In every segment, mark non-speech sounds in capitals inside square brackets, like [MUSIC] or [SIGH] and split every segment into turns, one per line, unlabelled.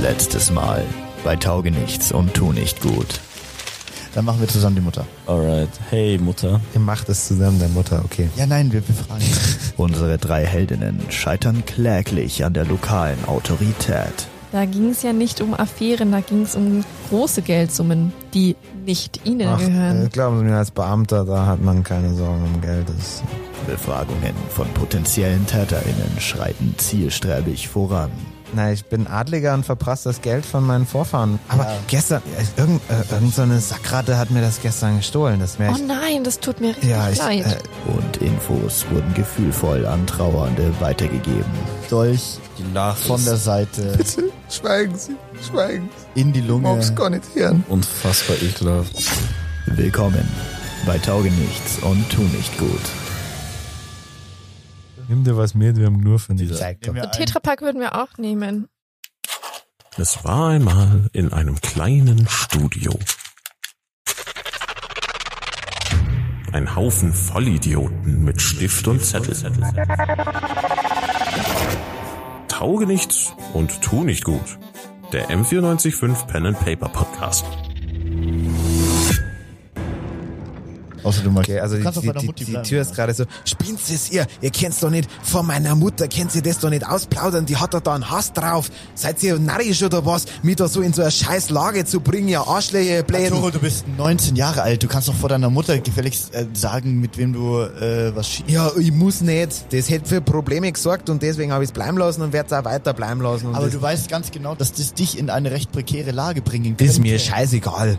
Letztes Mal bei Tauge nichts und tu nicht gut.
Dann machen wir zusammen die Mutter.
Alright. Hey, Mutter.
Ihr macht es zusammen, der Mutter, okay.
Ja, nein, wir, wir fragen.
[LAUGHS] Unsere drei Heldinnen scheitern kläglich an der lokalen Autorität.
Da ging es ja nicht um Affären, da ging es um große Geldsummen, die nicht ihnen
Ach,
gehören.
äh, glauben Sie mir, als Beamter, da hat man keine Sorgen um Geld. Das ist
Befragungen von potenziellen TäterInnen schreiten zielstrebig voran.
Na, ich bin Adliger und verprasse das Geld von meinen Vorfahren. Aber gestern, äh, irgend, äh, irgend so eine Sackratte hat mir das gestern gestohlen. Das merke
Oh
ich.
nein, das tut mir richtig
äh, ja, ich,
leid.
äh,
Und Infos wurden gefühlvoll an Trauernde weitergegeben.
Dolch
Die Lach
von der Seite
Schweigen Sie, schweigen Sie.
in die Lunge.
Mag's gar nicht hören.
unfassbar ekelhaft.
[LAUGHS] Willkommen bei Tauge nichts und tu nicht gut.
Nimm dir was mit, wir haben nur für dich.
Zeig doch.
Ein Tetrapack würden wir auch nehmen.
Es war einmal in einem kleinen Studio. Ein Haufen Vollidioten mit Stift und Zettel. Tauge nichts und tu nicht gut. Der M945 Pen and Paper Podcast.
Außer du
Okay, also die,
Kannst auf
die,
deiner
die,
Mutti
die
bleiben,
Tür ist
oder?
gerade so, spinnt's es ihr? Ihr kennt's doch nicht, von meiner Mutter kennt ihr das doch nicht ausplaudern, die hat doch da einen Hass drauf. Seid ihr narrisch oder was, mich da so in so eine scheiß Lage zu bringen, ihr Arschlöcher, ihr Bläden.
Arturo, du bist 19 Jahre alt. Du kannst doch vor deiner Mutter gefälligst äh, sagen, mit wem du äh, was schiebst.
Ja, ich muss nicht. Das hätte für Probleme gesorgt und deswegen habe ich es bleiben lassen und werde es auch weiter bleiben lassen. Und
Aber
das
du weißt ganz genau, dass das dich in eine recht prekäre Lage bringen könnte.
ist mir scheißegal.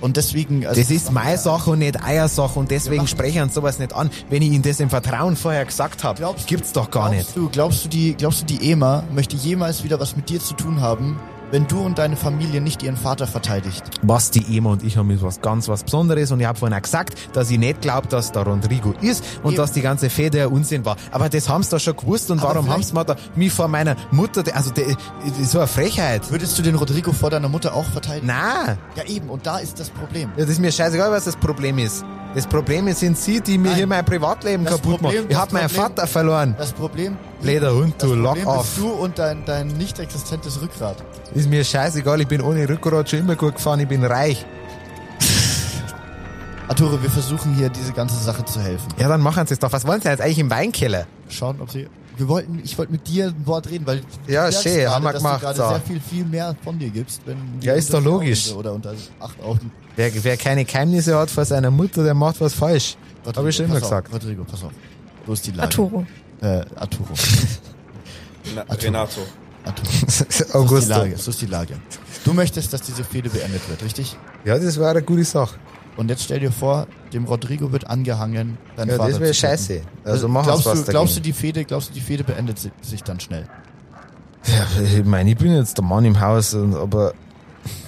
Und deswegen... Also,
Das ist meine Sache und nicht eure Sache und deswegen spreche ich uns sowas nicht an, wenn ich Ihnen das im Vertrauen vorher gesagt habe.
Glaubst du-
Gibt's doch gar
glaubst
nicht.
Du, glaubst, du die, glaubst du, die EMA möchte jemals wieder was mit dir zu tun haben, wenn du und deine Familie nicht ihren Vater verteidigt?
Was die Ema und ich haben ist was ganz was Besonderes und ich habe vorhin auch gesagt, dass ich nicht glaube, dass der Rodrigo ist und
Eben.
dass die ganze Fede ein Unsinn war. Aber das haben sie da schon gewusst und
Aber
warum haben
vielleicht-
sie mir da, mich vor meiner Mutter, also de, so eine Frechheit.
Würdest du den Rodrigo vor deiner Mutter auch verteidigen?
Nein,
Ja eben, und da ist das Problem.
das ist mir scheißegal, was das Problem ist. Das Problem ist, sind sie, die mir
Nein.
hier mein Privatleben
Das
kaputt
Problem-
machen. Ich
das
habe meinen
Problem-
Vater verloren.
Das Problem...
Blöder Hund,
das
du, lock
Problem
off.
bist du und dein, dein nicht existentes Rückgrat.
Ist mir scheißegal, ich bin ohne Rückgrat schon immer gut gefahren, ich bin reich.
Arturo, wir versuchen hier diese ganze Sache zu helfen.
Ja, dann machen sie es doch. Was wollen sie denn jetzt eigentlich im Weinkeller?
schauen, ob sie. Wir wollten, ich wollte mit dir ein Wort reden, weil du
Ja,
merkst
schön, haben wir
dass
gemacht,
Du gerade
so.
sehr viel, viel mehr von dir gibst, wenn
Ja,
die
ist
unter
doch
vier
logisch.
Augen Oder unter acht Augen.
Wer, wer keine Geheimnisse hat vor seiner Mutter, der macht was falsch. Hab ich schon immer
pass
gesagt. [LAUGHS]
Auf, Rodrigo, pass auf. Wo ist die Lage?
Arturo.
Äh, Arturo.
Renato.
[LAUGHS]
Arturo. So ist die
August.
Lage. So ist die Lage. Du möchtest, dass diese Fehde beendet wird, richtig?
Ja, das war eine gute Sache.
Und jetzt stell dir vor, dem Rodrigo wird angehangen, dein
Ja,
Vater
das wäre
zu töten.
scheiße. Also mach
glaubst
uns was
du, glaubst du,
dagegen.
die Fehde, glaubst du, die Fehde beendet si- sich dann schnell?
ja, [LAUGHS] ich meine, ich bin jetzt der Mann im Haus, und, aber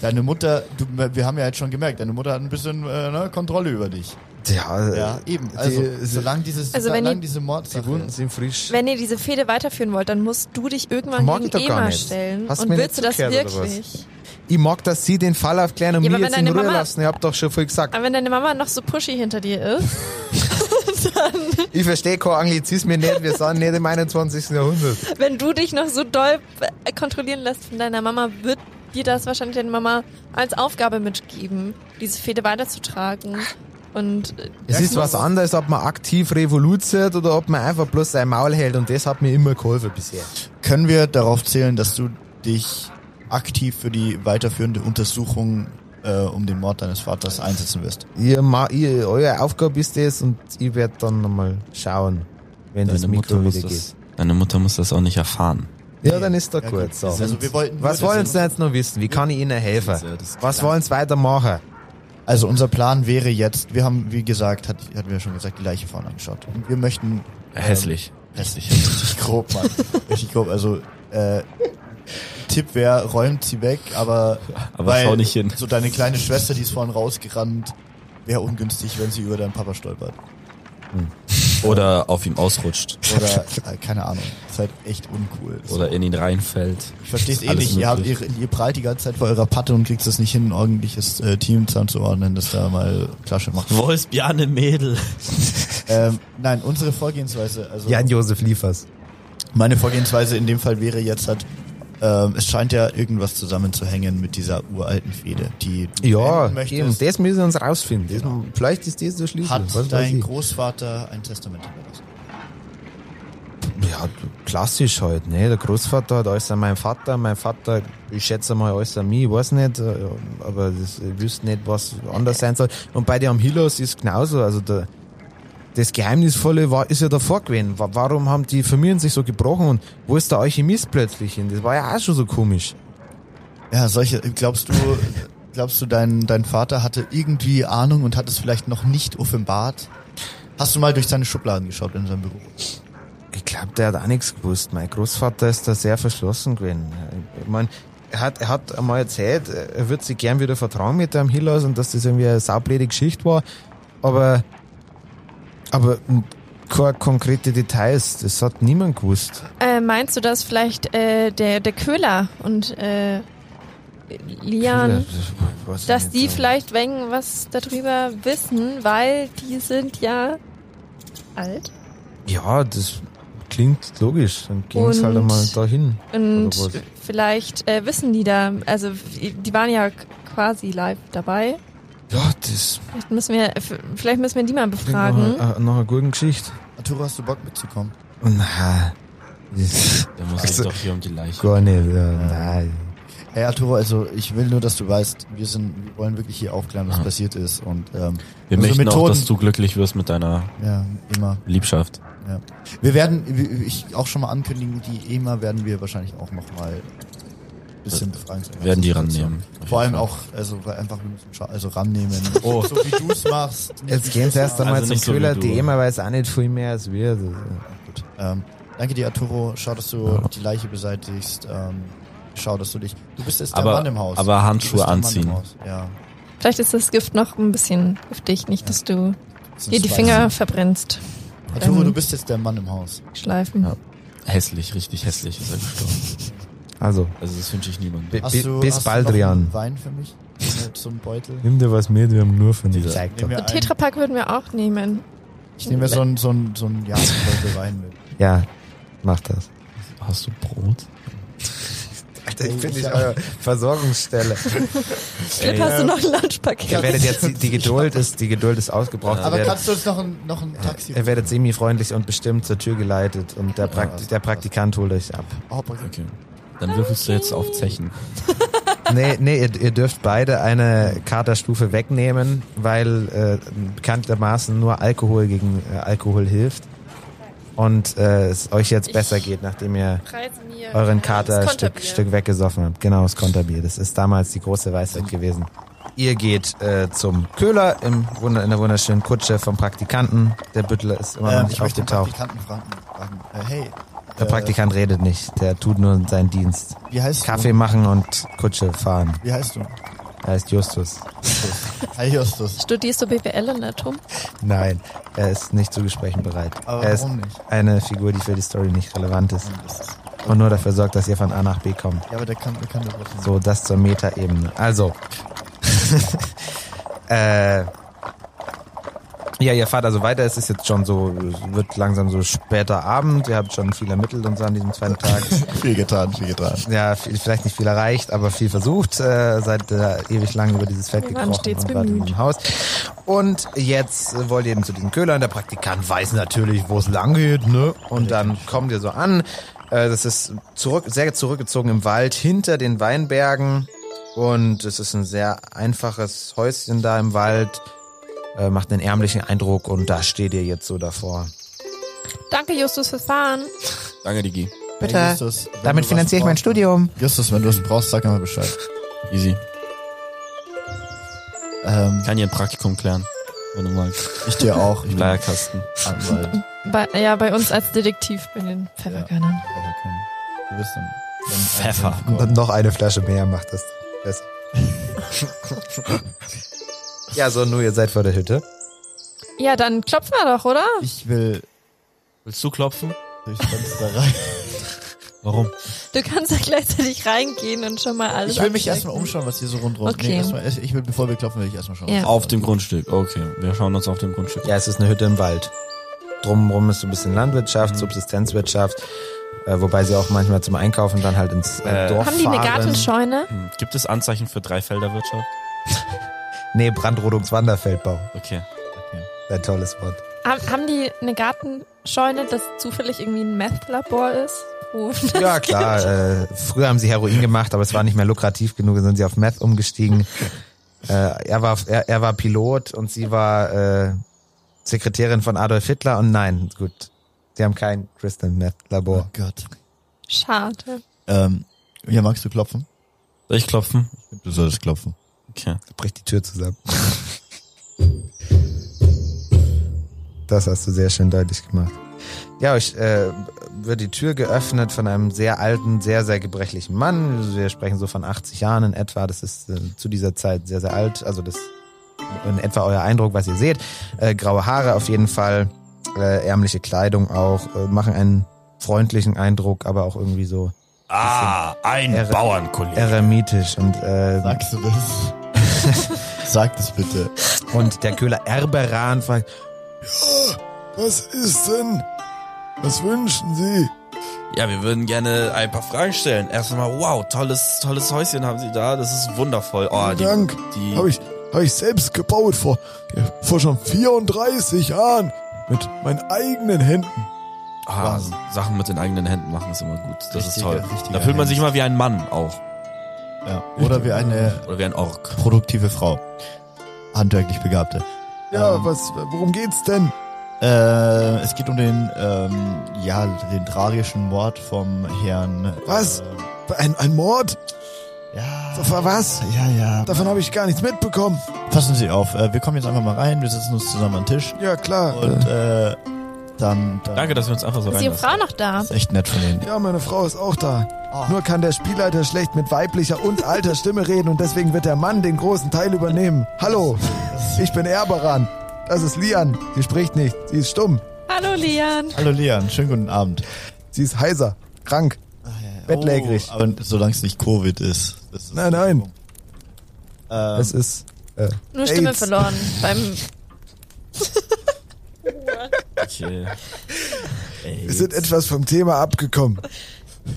Deine Mutter, du, wir haben ja jetzt schon gemerkt, deine Mutter hat ein bisschen äh, ne, Kontrolle über dich.
ja,
Ja,
äh,
eben. Also,
die-
solange dieses,
Also wenn
solange
die-
diese
die
Mordsache.
Wunden sind frisch.
Wenn ihr diese Fehde weiterführen wollt, dann musst du dich irgendwann
Mag ich
gegen
doch gar
Ema
nicht.
stellen.
Hast
und
mir
willst du
nicht
das
zugehört, oder was?
wirklich?
Ich mag, dass sie den Fall aufklären und
Ja,
mich
aber
jetzt
wenn
in
deine
Ruhe
Mama-
lassen. Ich hab doch schon viel gesagt.
Aber wenn deine Mama noch so pushy hinter dir ist, [LAUGHS]
Ich verstehe kein Anglizismen nicht, wir sind nicht im 21. Jahrhundert.
wenn du dich noch so doll äh, kontrollieren lässt von deiner Mama, wird dir das wahrscheinlich deine Mama als Aufgabe mitgeben, diese Fehde weiterzutragen. Und äh,
Es ist was anderes, ob man aktiv revolutioniert oder ob man einfach bloß sein Maul hält und das hat mir immer geholfen bisher.
Können wir darauf zählen, dass du dich aktiv für die weiterführende Untersuchung äh, um den Mord deines Vaters einsetzen wirst?
Ihr, ma, ihr, eure Aufgabe ist es und ich werde dann nochmal schauen, wenn das
Deine Mutter,
Mikro
muss
wieder geht.
das, deine Mutter muss das auch nicht erfahren.
Ja, dann ist doch
Ja,
gut. So.
Also wir wollten nur,
Was
dass
wollen
ihr-
Sie jetzt noch wissen? Wie kann ich Ihnen helfen?
das
Was wollen Sie weitermachen?
Also unser Plan wäre jetzt, wir haben, wie gesagt, hat, hatten wir schon gesagt, die Leiche vorne angeschaut. Und wir möchten
Hässlich.
Richtig, richtig grob,
[LAUGHS]
Mann. Richtig grob. Also, äh, Tipp wäre, räumt sie weg, aber,
Aber schau nicht hin.
so deine kleine Schwester, die ist vorhin rausgerannt, wäre ungünstig, wenn sie über deinen Papa stolpert.
Ähm, Oder auf ihm ausrutscht.
[LAUGHS]
Oder, äh, keine Ahnung, ist halt echt uncool. Ist-
Oder in ihn reinfällt.
ich versteh's eh
Alles
nicht, ihr, habt,
möglich.
ihr, ihr prallt die ganze Zeit vor eurer Patte und kriegt es nicht hin, ein ordentliches äh, Team zusammenzuordnen, das da mal Klasche macht.
Wo ist Bjarne Mädel?
Ähm, nein, unsere Vorgehensweise, also...
Jan-Josef Liefers.
Meine Vorgehensweise in dem Fall wäre jetzt halt, Ähm, es scheint ja irgendwas zusammenzuhängen mit dieser uralten Fehde, die du
Ja,
beenden
eben, das müssen wir uns rausfinden. Das, Vielleicht ist das der Schlüssel. was weiß
hat dein
ich.
Großvater ein Testament hinterlassen.
ja, klassisch halt, ne? Der Großvater hat alles an meinen Vater, mein Vater, ich schätze mal alles an mich, ich weiß nicht, äh, aber das, ich wüsste nicht, was anders sein soll. Und bei dem Hilos ist genauso, also der, das Geheimnisvolle war, ist ja davor gewesen. Wa- Warum haben die Familien sich so gebrochen und wo ist der Alchemist plötzlich hin? Das war ja auch schon so komisch.
Ja, solche, glaubst du, [LAUGHS] glaubst du, dein, dein Vater hatte irgendwie Ahnung und hat es vielleicht noch nicht offenbart? Hast du mal durch seine Schubladen geschaut in seinem Büro?
Ich glaube, der hat auch nichts gewusst. Mein Großvater ist da sehr verschlossen gewesen. Ich mein, er hat, er hat einmal erzählt, er wird sich gern wieder vertrauen mit dem Hillers und dass das irgendwie eine saublöde Geschichte war. Aber, aber keine konkrete Details. Das hat niemand gewusst.
Äh, meinst du, dass vielleicht äh, der, der Köhler und äh, Lian,
weiß ich
dass
nicht.
die vielleicht wegen was darüber wissen, weil die sind ja alt
Ja, das klingt logisch. Dann ging es halt
Und-
einmal dahin.
und
Oder was?
vielleicht äh, wissen die da, also die waren ja quasi live dabei.
Ja, das
Vielleicht müssen wir, vielleicht müssen wir die mal
klingt nach
befragen.
einer, nach einer guten Geschichte.
Arturo, hast du Bock mitzukommen?
Na, das- [LAUGHS]
Der muss
Also,
sich doch hier um die Leiche.
gar nicht. Ja, nein.
Hey Arturo, also ich will nur, dass du weißt, wir sind, wir wollen wirklich hier aufklären, was passiert ist und ähm,
Wir
also
möchten auch,
Methoden-
dass du glücklich wirst mit deiner
ja immer.
Liebschaft.
Wir werden, wie ich auch schon mal ankündigen, die EMA werden wir wahrscheinlich auch noch mal ein bisschen befragen.
Werden die
Also,
rannehmen.
Vor allem auch, also weil einfach wir müssen scha-
[LAUGHS]
also rannehmen. Oh. So wie du es machst. nicht
Jetzt
wie
gehen
du's
sie erst
machst.
einmal
Also
zum
nicht so wie
Köhler,
du.
die immer weiß auch nicht viel mehr als wir. Das-
Ähm, danke dir, Arturo. Schau, dass du die Leiche beseitigst. Ähm, schau, dass du dich. Du bist jetzt der
Aber-
Mann im Haus.
aber Handschuhe
Du bist der Mann im
anziehen.
Haus, Ja.
Vielleicht ist das Gift noch ein bisschen giftig, nicht, dass du
Das sind
dir die
zwei
Finger verbrennst.
Sachen. Arturo,
ähm,
du bist jetzt der Mann im Haus.
Schleifen.
Ja. Hässlich, richtig hässlich ist er gestorben.
Also,
Also das wünsche ich niemandem.
bi-
Hast
bi-
du,
bis
hast
bald,
du noch einen
Rian.
Wein für mich? So einen- So einen
[LAUGHS]
Beutel?
Nimm dir was mit, wir haben nur von dir.
Ich nehme mir, einen,
Tetrapack würden wir auch nehmen.
ich nehme mir so einen, so einen, so einen Jahresbeutel Wein mit.
Ja, mach das.
Hast du Brot?
Alter,
ich bin nicht
eure Versorgungsstelle.
Philipp, hast du noch ein
[LAUGHS] Ihr
Lunchpaket?
werdet jetzt, die- die Geduld ist, die Geduld ist ausgebraucht. Ihr
Aber
werdet-
kannst du uns noch ein, noch ein Taxi
Ihr werdet semi-freundlich und bestimmt zur Tür geleitet und der, Prakt der Praktikant holt euch ab.
Oh, Brücke.
Okay. Dann würfelst du jetzt auf Zechen.
Nee, nee, ihr, ihr dürft beide eine Katerstufe wegnehmen, weil äh, bekanntermaßen nur Alkohol gegen äh, Alkohol hilft. Und äh, es euch jetzt besser geht, nachdem ihr euren Kater Stück, Stück weggesoffen habt. Genau, das Konterbier. Das ist damals die große Weisheit gewesen. Ihr geht äh, zum Köhler im, Wunder- in der wunderschönen Kutsche vom Praktikanten. Der Büttler ist immer
Ähm,
noch
ich
nicht
möchte den
aufgetaucht.
Praktikanten fragen. fragen äh, hey,
Der Praktikant redet nicht. Der tut nur seinen Dienst.
wie heißt
Kaffee machen und Kutsche fahren.
du? Wie heißt du?
Er heißt Justus.
Hi Justus.
Studierst du BWL in Atom?
Nein, er ist nicht zu Gesprächen bereit.
Aber
er ist
warum nicht?
eine Figur, die für die Story nicht relevant ist und nur dafür sorgt, dass ihr von A nach B kommt.
Ja, aber der kann, der kann das was
So, das zur Metaebene. Also, [LAUGHS] äh, ja, ihr fahrt also weiter. Es ist jetzt schon so, wird langsam so später Abend. Ihr habt schon viel ermittelt und so an diesem zweiten Tag.
Viel getan, viel getan.
ja, viel, vielleicht nicht viel erreicht, aber viel versucht. Äh, seid äh, ewig lang über dieses Feld
Wir waren
gekrochen
stets
und wart in
bemüht.
diesem Haus. Und jetzt äh, wollt ihr eben zu diesem Köhler und der Praktikant weiß natürlich, wo es lang geht, ne? Und dann kommt ihr so an. Äh, das ist zurück, sehr zurückgezogen im Wald, hinter den Weinbergen. Und es ist ein sehr einfaches Häuschen da im Wald. Äh, macht einen ärmlichen Eindruck und da steht ihr jetzt so davor.
Danke, Justus, fürs Fahren.
Danke, Digi.
Bitte.
Hey, Justus, wenn
Damit
du was
finanziere ich mein
brauchst-
Studium.
Justus, wenn du was brauchst, sag mal Bescheid.
Easy.
Ähm,
Kann hier ein Praktikum klären, wenn du magst.
ich dir auch. Ich bin
Leierkasten.
Anwalt.
Bei, ja, bei uns als Detektiv bei den Pfefferkörnern.
aber kein- Du bist ein, ein
Pfeffer.
Und noch eine Flasche mehr macht das besser. [LAUGHS] ja, so, nur ihr seid vor der Hütte.
Ja. dann klopfen wir doch, oder?
Ich will
Willst du klopfen?
durchs Fenster rein.
Warum?
Du kannst ja gleichzeitig reingehen und schon mal alles.
Ich will mich
abchecken.
erstmal umschauen, was hier so rundherum
Okay.
nee, erstmal, ich will, bevor wir klopfen, will ich erstmal schauen.
Ja.
Auf dem Grundstück. Okay, wir schauen uns auf dem Grundstück.
Mhm. Ja, es ist eine Hütte im Wald. Drumherum ist so ein bisschen Landwirtschaft, Subsistenzwirtschaft. Äh, wobei sie auch manchmal zum Einkaufen dann halt ins äh,
Äh,
Dorf
Haben die eine
fahren.
Gartenscheune?
Hm, Gibt es Anzeichen für Dreifelderwirtschaft?
Nee, Brandrodungswanderfeldbau.
Okay.
Ein tolles Wort.
Haben, haben die eine Gartenscheune, das zufällig irgendwie ein Meth-Labor ist? Wo
[LAUGHS] Ja, klar. Äh, früher haben sie Heroin gemacht, aber es war nicht mehr lukrativ genug, dann sind sie auf Meth umgestiegen. Äh, er, war, er, er war Pilot und sie war äh, Sekretärin von Adolf Hitler und nein, gut. Sie haben kein Crystal Meth
Oh
Labor.
Gott.
Schade.
Ähm, ja, magst du klopfen?
Soll ich klopfen?
Du solltest klopfen.
Okay.
Bricht die Tür zusammen. Das hast du sehr schön deutlich gemacht. Ja, ich äh, wird die Tür geöffnet von einem sehr alten, sehr, sehr gebrechlichen Mann. Wir sprechen so von 80 Jahren in etwa. Das ist äh, zu dieser Zeit sehr, sehr alt. Also das in etwa euer Eindruck, was ihr seht. Äh, graue Haare auf jeden Fall, äh, ärmliche Kleidung auch, äh, machen einen freundlichen Eindruck, aber auch irgendwie so
Ah, ein
Ehre-
Bauernkollege.
eremitisch und äh,
Sagst du das?
[LAUGHS]
Sag das bitte.
und der Köhler Erberan fragt,
Was ist denn? Was wünschen Sie?
Ja, wir würden gerne ein paar Fragen stellen. Erstmal, wow, tolles, tolles Häuschen haben Sie da. Das ist wundervoll. Oh,
Vielen
die,
Dank.
die
Habe ich, hab ich selbst gebaut vor, vor schon 34 Jahren. Mit meinen eigenen Händen.
ah, Sachen mit den eigenen Händen machen ist immer gut. Das ist
Richtiger,
toll.
richtiger
Da fühlt man sich
Hengst.
immer wie ein Mann auch.
Ja. Oder wie eine
Oder wie ein Ork.
produktive Frau. Handwerklich Begabte.
Ja,
Ähm.
was, worum geht's denn?
Äh, es geht um den, ähm, ja, den tragischen Mord vom Herrn.
Was? Ein, ein Mord?
Äh, ja.
Ver- Was?
Ja, ja.
Davon habe ich gar nichts mitbekommen.
Passen Sie auf. Äh, wir kommen jetzt einfach mal rein. Wir sitzen uns zusammen am Tisch.
Ja, klar.
Und, äh, dann, dann.
Danke, dass wir uns einfach so
Ist ihre
reinlassen.
Frau noch da?
Das ist echt nett von Ihnen.
Ja, meine Frau ist auch da.
Ah.
Nur kann der Spielleiter schlecht mit weiblicher und alter Stimme reden und deswegen wird der Mann den großen Teil übernehmen. Hallo, ich bin Erberan. Das ist Lian. Sie spricht nicht. Sie ist stumm.
Hallo, Lian.
Hallo Leon, schönen guten Abend.
Sie ist heiser, krank. Bettlägerig.
Oh, aber solange es nicht Covid ist. Das ist
Nein, nein.
Ähm,
Es ist. äh,
Nur Stimme
AIDS.
verloren. Beim
Okay.
Wir sind etwas vom Thema abgekommen.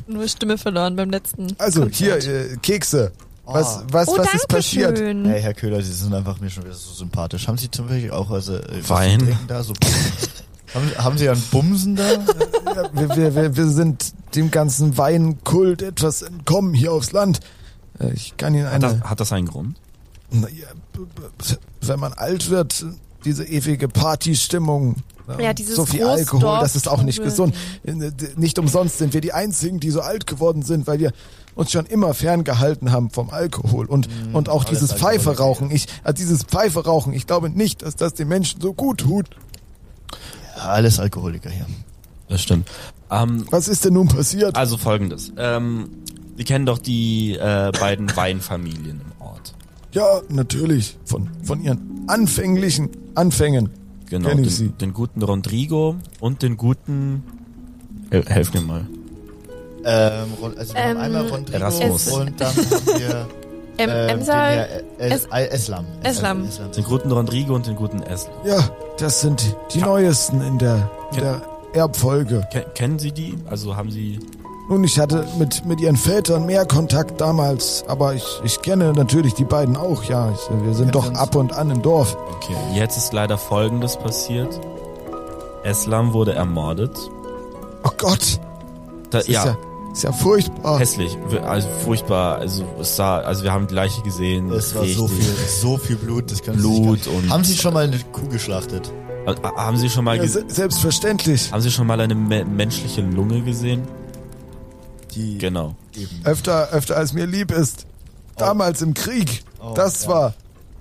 nur Stimme verloren beim letzten.
Also
Konzert.
hier äh, Kekse.
Ah.
Was, was,
Oh,
was
danke
ist passiert?
schön.
hey, Herr Köhler, Sie sind einfach mir schon wieder so sympathisch. Haben Sie zum Beispiel auch also, äh, was
Wein?
zu
[LAUGHS]
trinken Da, so, haben, haben Sie einen
[LAUGHS]
Bumsen da?
Ja, wir, wir, wir, wir sind dem ganzen Weinkult etwas entkommen hier aufs Land. Äh, Ich kann Ihnen
Hat
eine.
das, hat das einen Grund?
Naja, b- b- wenn man alt wird, diese ewige Partystimmung. ne,
Ja, dieses
so viel
Großdorf-
Alkohol, das ist auch nicht
Trubel.
gesund. Nicht umsonst sind wir die einzigen, die so alt geworden sind, weil wir uns schon immer ferngehalten haben vom Alkohol und und auch
aber das
dieses
Alkohol ist
Pfeife rauchen. Ich äh, dieses Pfeife rauchen, ich glaube nicht, dass das den Menschen so gut tut.
Ja, Alles Alkoholiker hier.
Das stimmt. Ähm,
Was ist denn nun passiert?
also folgendes. Ähm, Sie kennen doch die äh,
[LAUGHS]
beiden Weinfamilien im Ort.
Ja, natürlich von von ihren anfänglichen Anfängen.
Genau,
Kenn ich
den,
sie.
den guten Rodrigo und den guten... Hel- Helf mir mal.
Ähm, Ron- also wir
Ähm,
haben einmal Rodrigo
Erasmus.
und dann haben
[LAUGHS]
wir
Em,
äh,
Emsal,
den Herr, äh,
Es-
es, äh, Eslam.
Eslam.
Den guten Rodrigo und den guten Esli.
Ja, das sind die, die neuesten in der in der Erbfolge.
Ken kennen Sie die? Also haben Sie...
Nun, ich hatte mit, mit ihren Vätern mehr Kontakt damals, aber ich, ich kenne natürlich die beiden auch, ja. Ich, wir sind doch
uns.
ab und an im Dorf.
Okay, jetzt ist leider Folgendes passiert. Eslam wurde ermordet.
Oh Gott,
Da,
ist ja, oh. ist ja furchtbar.
Hässlich, Wir- also furchtbar, also es sah, also wir haben die Leiche gesehen.
Es war so
richtig.
viel, so viel Blut. Das können Sie sich gar
Blut
nicht-
und
Haben Sie schon mal eine Kuh geschlachtet?
Äh, Ha- haben Sie schon mal
ja,
ges-
se selbstverständlich.
haben Sie schon mal eine me menschliche Lunge gesehen?
Die
Genau.
eben.
Öfter, öfter als mir lieb ist. Damals im Krieg.
Oh,
das
ja.
war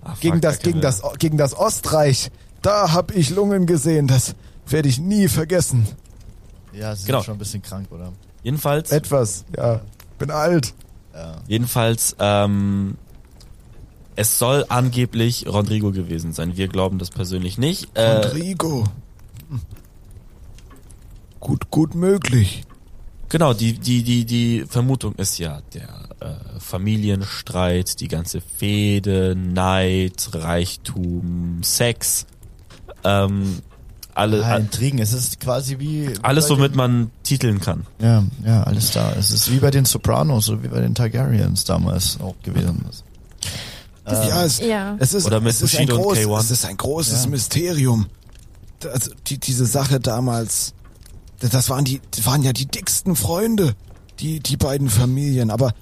Ah, fuck,
gegen das,
da können wir-
gegen das, gegen das Ostreich. Da hab ich Lungen gesehen. Das werde ich nie vergessen.
Ja, Sie sind
Genau.
schon ein bisschen krank, oder?
Jedenfalls,
Etwas, ja. Bin alt.
Ja.
jedenfalls, ähm, es soll angeblich Rodrigo gewesen sein. Wir glauben das persönlich nicht. Äh,
Rodrigo. Hm. Gut, gut möglich.
genau, die, die, die, die Vermutung ist ja der äh, Familienstreit, die ganze Fehde, Neid, Reichtum, Sex. Ähm, alle,
Ah, Intrigen. Es ist quasi wie. wie
alles,
bei
womit man titeln kann.
den- Ja, ja, alles da. Es ist wie bei den Sopranos oder wie bei den Targaryens damals auch gewesen ist.
ja, es,
Ja.
es ist,
Oder mit
es ist ein
Bushido und
groß,
K1.
Es ist ein großes
Ja.
Mysterium. Also die, diese Sache damals, das waren die, das waren ja die dicksten Freunde, die, die beiden Familien. Aber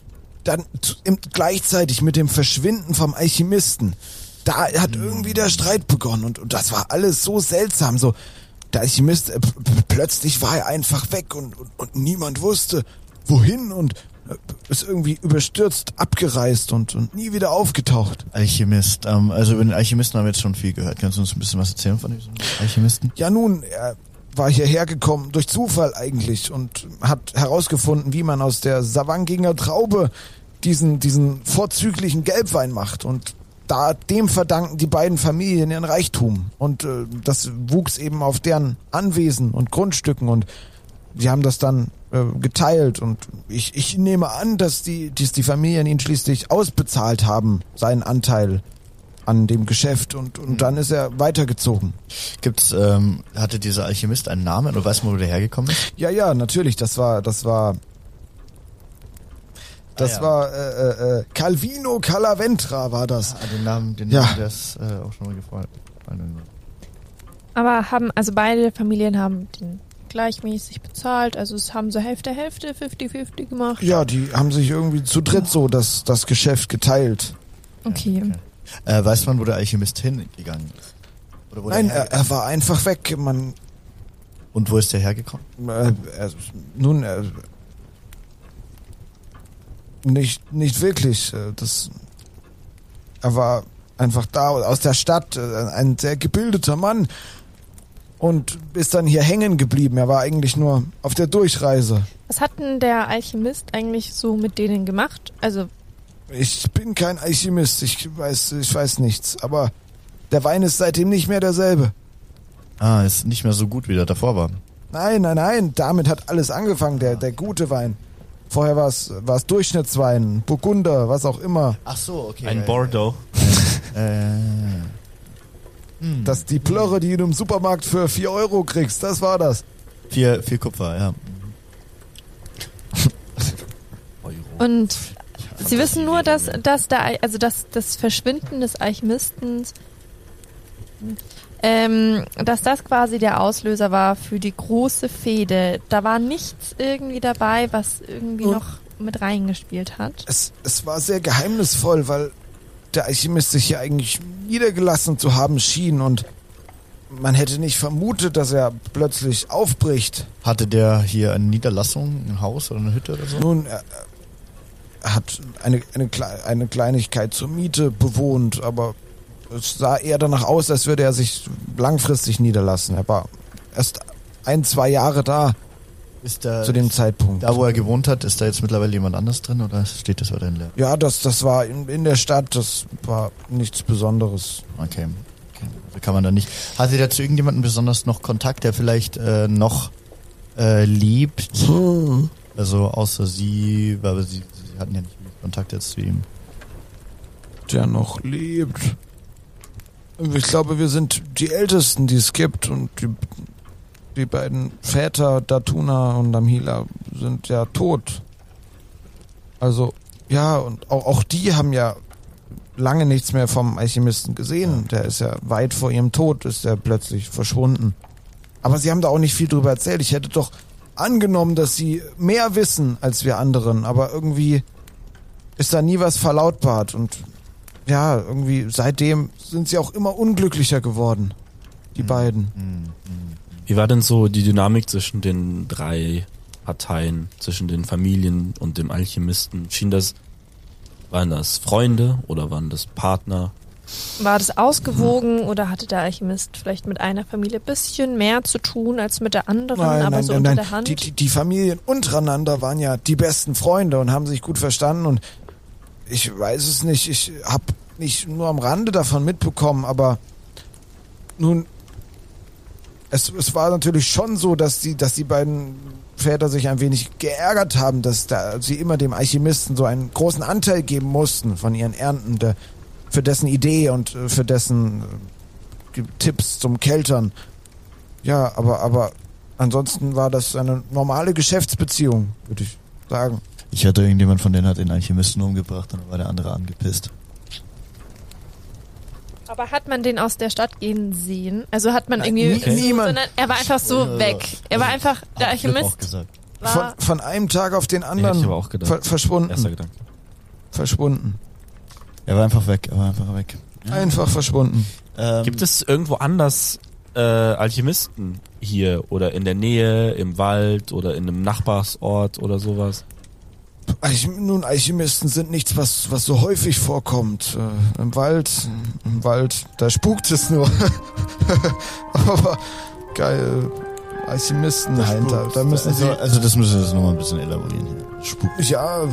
dann zu- im, gleichzeitig mit dem Verschwinden vom Alchemisten, da hat
Hm.
irgendwie der Streit begonnen und, und das war alles so seltsam. So der Alchemist äh, p- p- plötzlich war er einfach weg und, und, und niemand wusste wohin und äh, ist irgendwie überstürzt abgereist und, und nie wieder aufgetaucht.
Alchemist. Ähm, also über den Alchemisten haben wir jetzt schon viel gehört. Kannst du uns ein bisschen was erzählen von diesem Alchemisten?
Ja nun, er war hierher gekommen, durch Zufall eigentlich, und hat herausgefunden, wie man aus der Savanginger Traube diesen, diesen vorzüglichen Gelbwein macht. Und da dem verdanken die beiden Familien ihren Reichtum. Und äh, das wuchs eben auf deren Anwesen und Grundstücken und sie haben das dann äh, geteilt und ich, ich nehme an, dass die, dass die Familien ihn schließlich ausbezahlt haben, seinen Anteil an dem Geschäft und, und dann ist er weitergezogen.
Gibt's, ähm, hatte dieser Alchemist einen Namen oder weiß man, wo der hergekommen ist?
Ja, ja, natürlich. Das war, das war, das
Ah, ja.
war äh, äh, äh, Calvino Calaventra war das.
Ah, den Namen, den
Ja.
Namen, der ist äh, auch schon mal gefreut.
Aber haben, also beide Familien haben den gleichmäßig bezahlt. Also es haben so Hälfte, Hälfte, 50-50 gemacht.
Ja, die haben sich irgendwie zu dritt so das das Geschäft geteilt.
Okay.
Äh, weiß man, wo der Alchemist hingegangen ist? Oder wo der
Nein,
herge-
er, er war einfach weg. Man,
Und wo ist der hergekommen?
äh, er, nun, äh, nicht nicht wirklich. äh, Das, er war einfach da aus der Stadt, äh, ein sehr gebildeter Mann und ist dann hier hängen geblieben. Er war eigentlich nur auf der Durchreise.
Was hat denn der Alchemist eigentlich so mit denen gemacht? Also,
Ich bin kein Alchemist, ich weiß, ich weiß nichts, aber der Wein ist seitdem nicht mehr derselbe.
Ah, ist nicht mehr so gut, wie der davor war.
Nein, nein, nein, damit hat alles angefangen, der, der gute Wein. Vorher war es war es Durchschnittswein, Burgunder, was auch immer.
Ach so, okay.
Ein Bordeaux.
Äh,
Das die Plörre, die du im Supermarkt für 4 Euro kriegst, das war das.
vier, vier Kupfer, ja.
und sie wissen nur, dass, dass der, Al- also dass das Verschwinden des Alchemisten, ähm, dass das quasi der Auslöser war für die große Fehde. Da war nichts irgendwie dabei, was irgendwie
Und-
noch mit reingespielt hat.
Es, es war sehr geheimnisvoll, weil der Alchemist sich hier eigentlich niedergelassen zu haben schien und man hätte nicht vermutet, dass er plötzlich aufbricht.
Hatte der hier eine Niederlassung, ein Haus oder eine Hütte oder so?
Nun, er, er hat eine, eine, Kle- eine Kleinigkeit zur Miete bewohnt, aber es sah eher danach aus, als würde er sich langfristig niederlassen. Er war erst ein, zwei Jahre da
Ist da,
zu dem Zeitpunkt.
da, wo er gewohnt hat, ist da jetzt mittlerweile jemand anders drin oder steht das weiterhin leer?
ja, das, das war in, in der Stadt, das war nichts Besonderes.
Okay. okay. Also kann man da nicht. Hatte der zu irgendjemandem besonders noch Kontakt, der vielleicht äh, noch äh, liebt? Also außer sie, weil sie, sie hatten ja nicht wirklich Kontakt jetzt zu ihm.
Der noch lebt. Ich glaube, wir sind die Ältesten, die es gibt und die, die beiden Väter, Datuna und Amhila, sind ja tot. Also, ja, und auch, auch die haben ja lange nichts mehr vom Alchemisten gesehen. Der ist ja weit vor ihrem Tod, ist er plötzlich verschwunden. Aber sie haben da auch nicht viel drüber erzählt. Ich hätte doch angenommen, dass sie mehr wissen als wir anderen, aber irgendwie ist da nie was verlautbart und ja, irgendwie seitdem sind sie auch immer unglücklicher geworden, die beiden.
Wie war denn so die Dynamik zwischen den drei Parteien, zwischen den Familien und dem Alchemisten? Schien das, waren das Freunde oder waren das Partner?
War das ausgewogen oder hatte der Alchemist vielleicht mit einer Familie ein bisschen mehr zu tun als mit der anderen, aber so unter der Hand?
Die, die, die Familien untereinander waren ja die besten Freunde und haben sich gut verstanden und ich weiß es nicht, ich hab nicht nur am Rande davon mitbekommen, aber nun, es, es war natürlich schon so, dass die, dass die beiden Väter sich ein wenig geärgert haben, dass da sie immer dem Alchemisten so einen großen Anteil geben mussten von ihren Ernten, der, für dessen Idee und äh, für dessen äh, Tipps zum Keltern. Ja, aber, aber ansonsten war das eine normale Geschäftsbeziehung, würde ich sagen.
Ich hatte irgendjemand von denen hat den Alchemisten umgebracht und dann war der andere angepisst.
Aber hat man den aus der Stadt gehen sehen? Also hat man irgendwie.
nie- niemand.
Sondern er war einfach so weg. Er war einfach. Der
Äh, also Hat Flip
Alchemist
auch gesagt.
Von,
war.
von einem Tag auf den
Nee, hätte
anderen
ich aber auch gedacht.
ver verschwunden.
Erster Gedanke.
Verschwunden.
Er war einfach weg, er war einfach weg.
Einfach verschwunden.
Ähm,
Gibt es irgendwo anders äh, Alchemisten hier oder in der Nähe, im Wald oder in einem Nachbarsort oder sowas?
Alch Nun, Alchemisten sind nichts, was, was so häufig vorkommt. Äh, Im Wald, im Wald, da spukt es nur. [LAUGHS] aber geil, Alchemisten halt, da, da müssen
also,
sie...
also das müssen wir jetzt nochmal ein bisschen elaborieren hier. Spuk.
Ja,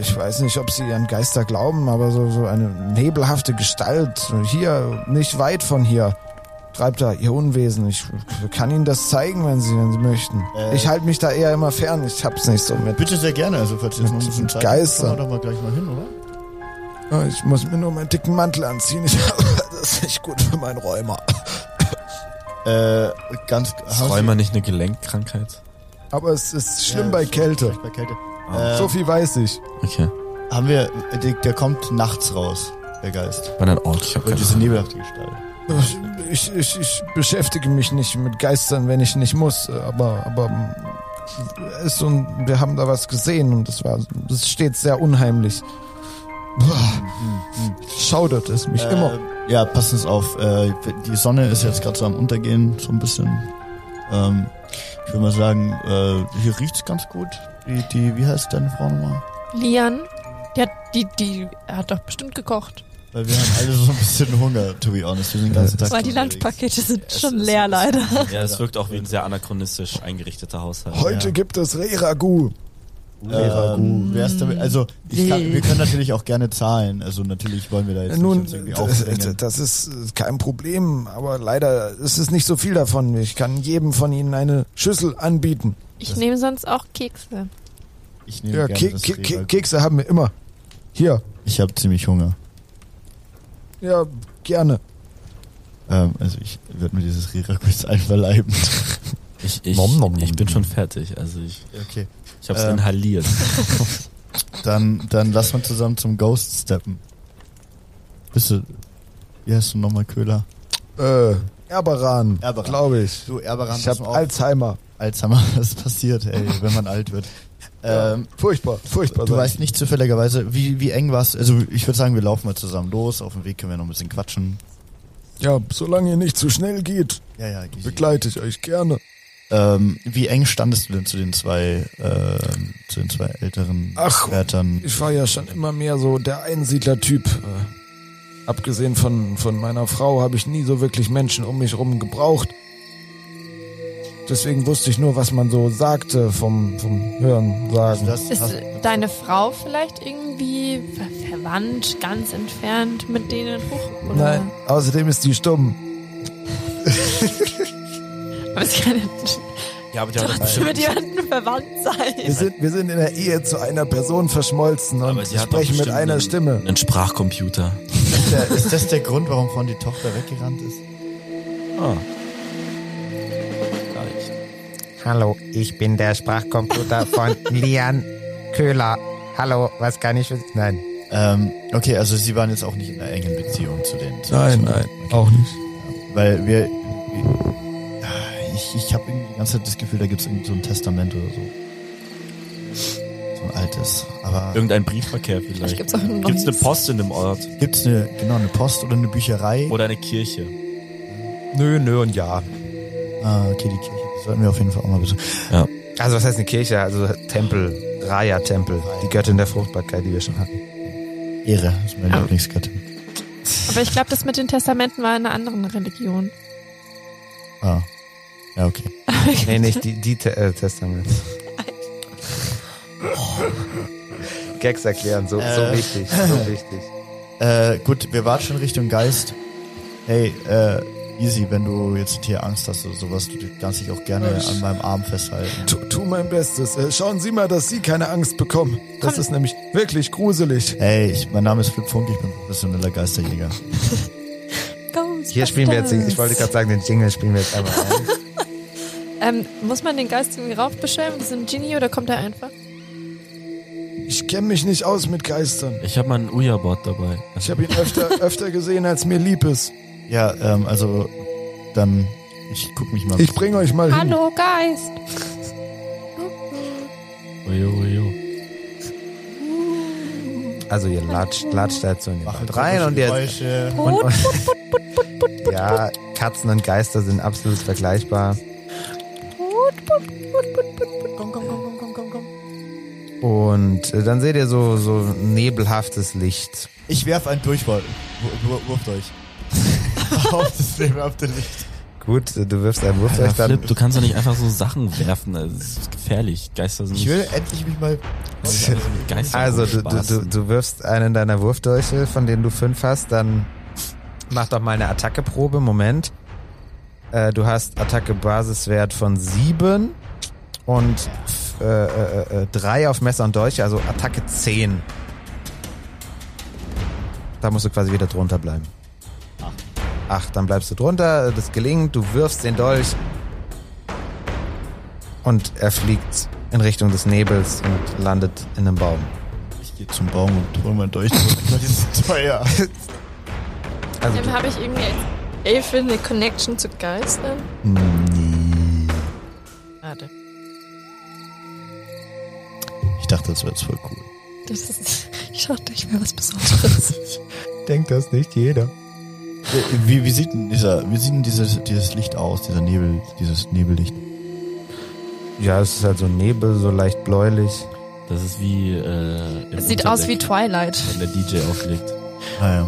ich weiß nicht, ob sie an Geister glauben, aber so, so eine nebelhafte Gestalt, hier, nicht weit von hier, treibt da ihr Unwesen. Ich kann Ihnen das zeigen, wenn Sie, wenn Sie möchten.
Äh.
ich halte mich da eher immer fern, ich hab's nicht so mit.
Bitte sehr gerne, also falls ihr jetzt noch ein bisschen Zeit habt,
Geister.
kommen wir doch mal gleich mal hin, oder?
Ich muss mir nur meinen dicken Mantel anziehen, [LAUGHS] ich, das ist nicht gut für meinen Rheuma.
Äh, ganz...
Ist Rheuma nicht eine Gelenkkrankheit?
Aber es ist schlimm bei Kälte.
Bei Kälte.
Ah.
Äh,
So viel weiß ich.
Okay.
Haben wir... Der, der kommt nachts raus, der Geist.
Bei einem Ort. Ich hab
Und
keine
diese
Ahnung.
nebelhafte Gestalt.
Ich, ich, ich beschäftige mich nicht mit Geistern, wenn ich nicht muss, aber, aber mm, es so ein, wir haben da was gesehen und es war es steht sehr unheimlich. Boah, schaudert es mich immer.
Äh, ja, passt uns auf. Äh, die Sonne ist jetzt gerade so am Untergehen, so ein bisschen. Ähm, ich würde mal sagen, äh, hier riecht's ganz gut. Die, die, wie heißt deine Frau nochmal?
Lian. Die hat, die, die hat doch bestimmt gekocht.
Weil wir haben alle so ein bisschen Hunger, to be honest. Wir sind den ganzen Tag
Weil die
unterwegs.
Lunchpakete sind
Es
schon
ist-
leer, leider.
Ja, es wirkt auch wie ein sehr anachronistisch eingerichteter Haushalt.
Heute
ja.
gibt es Reragu.
Ähm, wär's damit, also ich kann, wir können natürlich auch gerne zahlen. Also natürlich wollen wir da jetzt nicht
Nun,
uns irgendwie
das,
aufdrängen.
das ist äh, kein Problem, aber leider ist es nicht so viel davon. Ich kann jedem von Ihnen eine Schüssel anbieten.
Ich nehme sonst auch Kekse.
Ich nehme
Ja,
gerne
Ke
das halt.
Ke Ke
Rehberg.
Kekse haben wir immer. Hier,
Ich habe ziemlich Hunger.
ja, gerne.
Ähm, also ich würde mir dieses Rira kurz [LAUGHS] einverleiben.
Ich, ich,
Nom, nom, nom,
ich bin
nom. Äh.
schon fertig. Also ich,
Okay.
ich hab's
Ähm.
inhaliert.
Dann, dann lass mal zusammen zum Ghost steppen. Bist du. Wie heißt du nochmal Köhler?
Äh, Erberan,
Erberan.
glaube ich.
Du, Erberan,
Ich habe Alzheimer.
Alzheimer, [LAUGHS] das passiert, ey, wenn man alt wird. Ähm,
Furchtbar, furchtbar.
du
sag
weißt
ich.
nicht zufälligerweise, wie, wie eng war's. Also, ich würde sagen, wir laufen mal zusammen los. Auf dem Weg können wir noch ein bisschen quatschen.
Ja, solange ihr nicht zu schnell geht,
Ja, ja, easy.
begleite ich euch gerne.
Ähm, wie eng standest du denn zu den zwei, ähm, zu den zwei älteren
Ach,
Wärtern?
Ich war ja schon immer mehr so der Einsiedler-Typ. Äh, abgesehen von, von meiner Frau habe ich nie so wirklich Menschen um mich rum gebraucht. Deswegen wusste ich nur, was man so sagte vom, vom Hören sagen.
Das-
Ist
hast-
deine Frau vielleicht irgendwie ver verwandt, ganz entfernt mit denen hoch? oder?
Nein, außerdem ist die stumm.
Aber es kann ja
[LAUGHS] ja, aber die haben
trotzdem mit jemandem verwandt
Wir
sein.
sind, wir sind in der Ehe zu einer Person verschmolzen
Aber
und
sie hat doch
sprechen mit
bestimmt
einer
einen-
Stimme.
einen Sprachcomputer.
ist, der, ist das der Grund, warum vorhin die Tochter weggerannt ist?
Ah. Vielleicht.
Hallo, ich bin der Sprachcomputer
[LAUGHS]
von Lian Köhler. Hallo, was kann ich für Nein.
Ähm, okay, also Sie waren jetzt auch nicht in einer engen Beziehung zu den. Zu zu-
auch nicht.
Weil wir. Ich, ich habe irgendwie die ganze Zeit das Gefühl, da gibt's irgendwie so ein Testament oder so. So ein altes. Aber
Irgendein Briefverkehr vielleicht.
Vielleicht gibt's auch ein
Gibt's eine
neues.
Post in dem Ort
gibt's eine, genau, eine Post oder eine Bücherei?
oder eine Kirche?
Nö, nö und ja.
Ah, okay, die Kirche. Das sollten wir auf jeden Fall auch mal besuchen.
Also was heißt eine Kirche? Also Tempel, Raya-Tempel, die Göttin der Fruchtbarkeit, die wir schon hatten.
Ehre ist meine
Ah.
Lieblingsgattin.
Aber ich glaube, das mit den Testamenten war in einer anderen Religion.
Ah. Ja, okay.
Nee, nicht die, die Te äh,
[LAUGHS]
Testament. Gags erklären, so, so
Äh.
wichtig, so wichtig.
Äh, gut, wir warten schon Richtung Geist. Hey, äh, easy, wenn du jetzt hier Angst hast oder sowas, du kannst dich auch gerne an meinem Arm festhalten.
Tu, tu mein Bestes. Äh, Schauen Sie mal, dass Sie keine Angst bekommen. Das
Komm.
ist nämlich wirklich gruselig.
Hey, ich, mein Name ist Flip Funk, ich bin professioneller Geisterjäger.
Ghost
Hier spielen wir jetzt, den- ich wollte gerade sagen, den Jingle spielen wir jetzt einmal ein.
Ähm, muss man den Geist irgendwie raufbestellen? Das ist ein Genie oder kommt er einfach?
Mhm.
Ich kenne mich nicht aus mit Geistern.
Ich habe meinen Ouija-Board dabei.
Ich habe ihn öfter, öfter gesehen, als mir lieb ist.
Ja, ähm, also dann, ich guck mich mal.
Ich bringe euch mal hin.
Hallo, Geist!
Ojo, ojo.
Also ihr latscht, latscht da jetzt so in den
Mach
Wald
halt
rein und ihr,
Geräusche.
und,
[LAUGHS]
ja, Katzen und Geister sind absolut vergleichbar. Und äh, dann seht ihr so, so nebelhaftes Licht.
Ich werf einen Durchball. Wur- wur- Wurft euch. auf das Leben, auf das Licht.
Gut, äh, du wirfst einen Wurf,
Ja,
euch dann
Flip, du kannst doch nicht einfach so Sachen werfen. Das ist gefährlich. Geister sind
Ich will endlich mich mal.
nicht- Geister
Also, du,
sind
du, du,
Spaß.
du wirfst einen deiner Wurfdolche, von denen du fünf hast, dann mach doch mal eine Attackeprobe. Moment. Äh, du hast Attacke-Basiswert von sieben und äh, äh, äh, drei auf Messer und Dolche, also Attacke zehn. Da musst du quasi wieder drunter bleiben. Acht. Acht, dann bleibst du drunter, das gelingt, du wirfst den Dolch und er fliegt in Richtung des Nebels und landet in einem Baum.
Ich gehe zum Baum und hol meinen Dolch zurück, weil die sind teuer.
Also
Dann habe ich irgendwie als Elfe eine Connection zu Geistern. Nee. Schade.
Ich dachte, das wäre jetzt voll cool.
Das ist, ich dachte, ich wäre was Besonderes.
denkt das nicht jeder.
Äh, Wie, wie sieht denn dieser, wie sieht denn dieses, dieses Licht aus, dieser Nebel, dieses Nebellicht?
Ja, es ist halt so Nebel, so leicht bläulich.
Das ist wie. Äh, im
Es sieht aus wie
Internet,
Twilight.
Wenn der DJ auflegt.
Ah ja.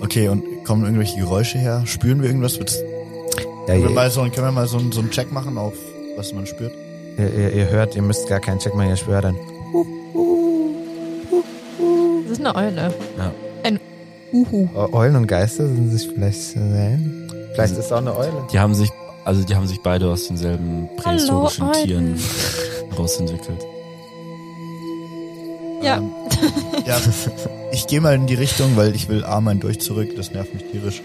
Okay, und kommen irgendwelche Geräusche her? Spüren wir irgendwas? Wird's-
Ja,
Können wir
ihr,
mal so, können wir mal so, einen- so einen Check machen auf was man spürt?
ihr, ihr, ihr hört, ihr müsst gar keinen Check machen, ihr schwört dann.
Das ist eine Eule.
Ja.
Ein Uhu.
Eu- Eulen und Geister sind sich vielleicht äh, nein. Vielleicht ist es auch eine Eule.
Die haben sich, also die haben sich beide aus denselben prähistorischen
Hallo,
Tieren rausentwickelt.
Ja.
Ähm, ja. Ich gehe mal in die Richtung, weil ich will A meinen durch zurück, das nervt mich tierisch.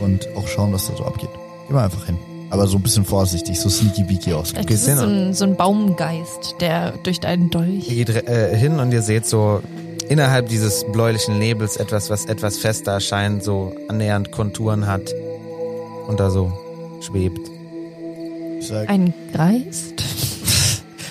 Und auch schauen, was da so abgeht. Geh mal einfach hin. Aber so ein bisschen vorsichtig, so sneaky beaky aus.
Vielleicht ist es so ein, so ein Baumgeist, der durch deinen Dolch.
Ihr geht äh, hin und ihr seht so innerhalb dieses bläulichen Nebels etwas, was etwas fester erscheint, so annähernd Konturen hat und da so schwebt.
Ich sag,
Ein Geist?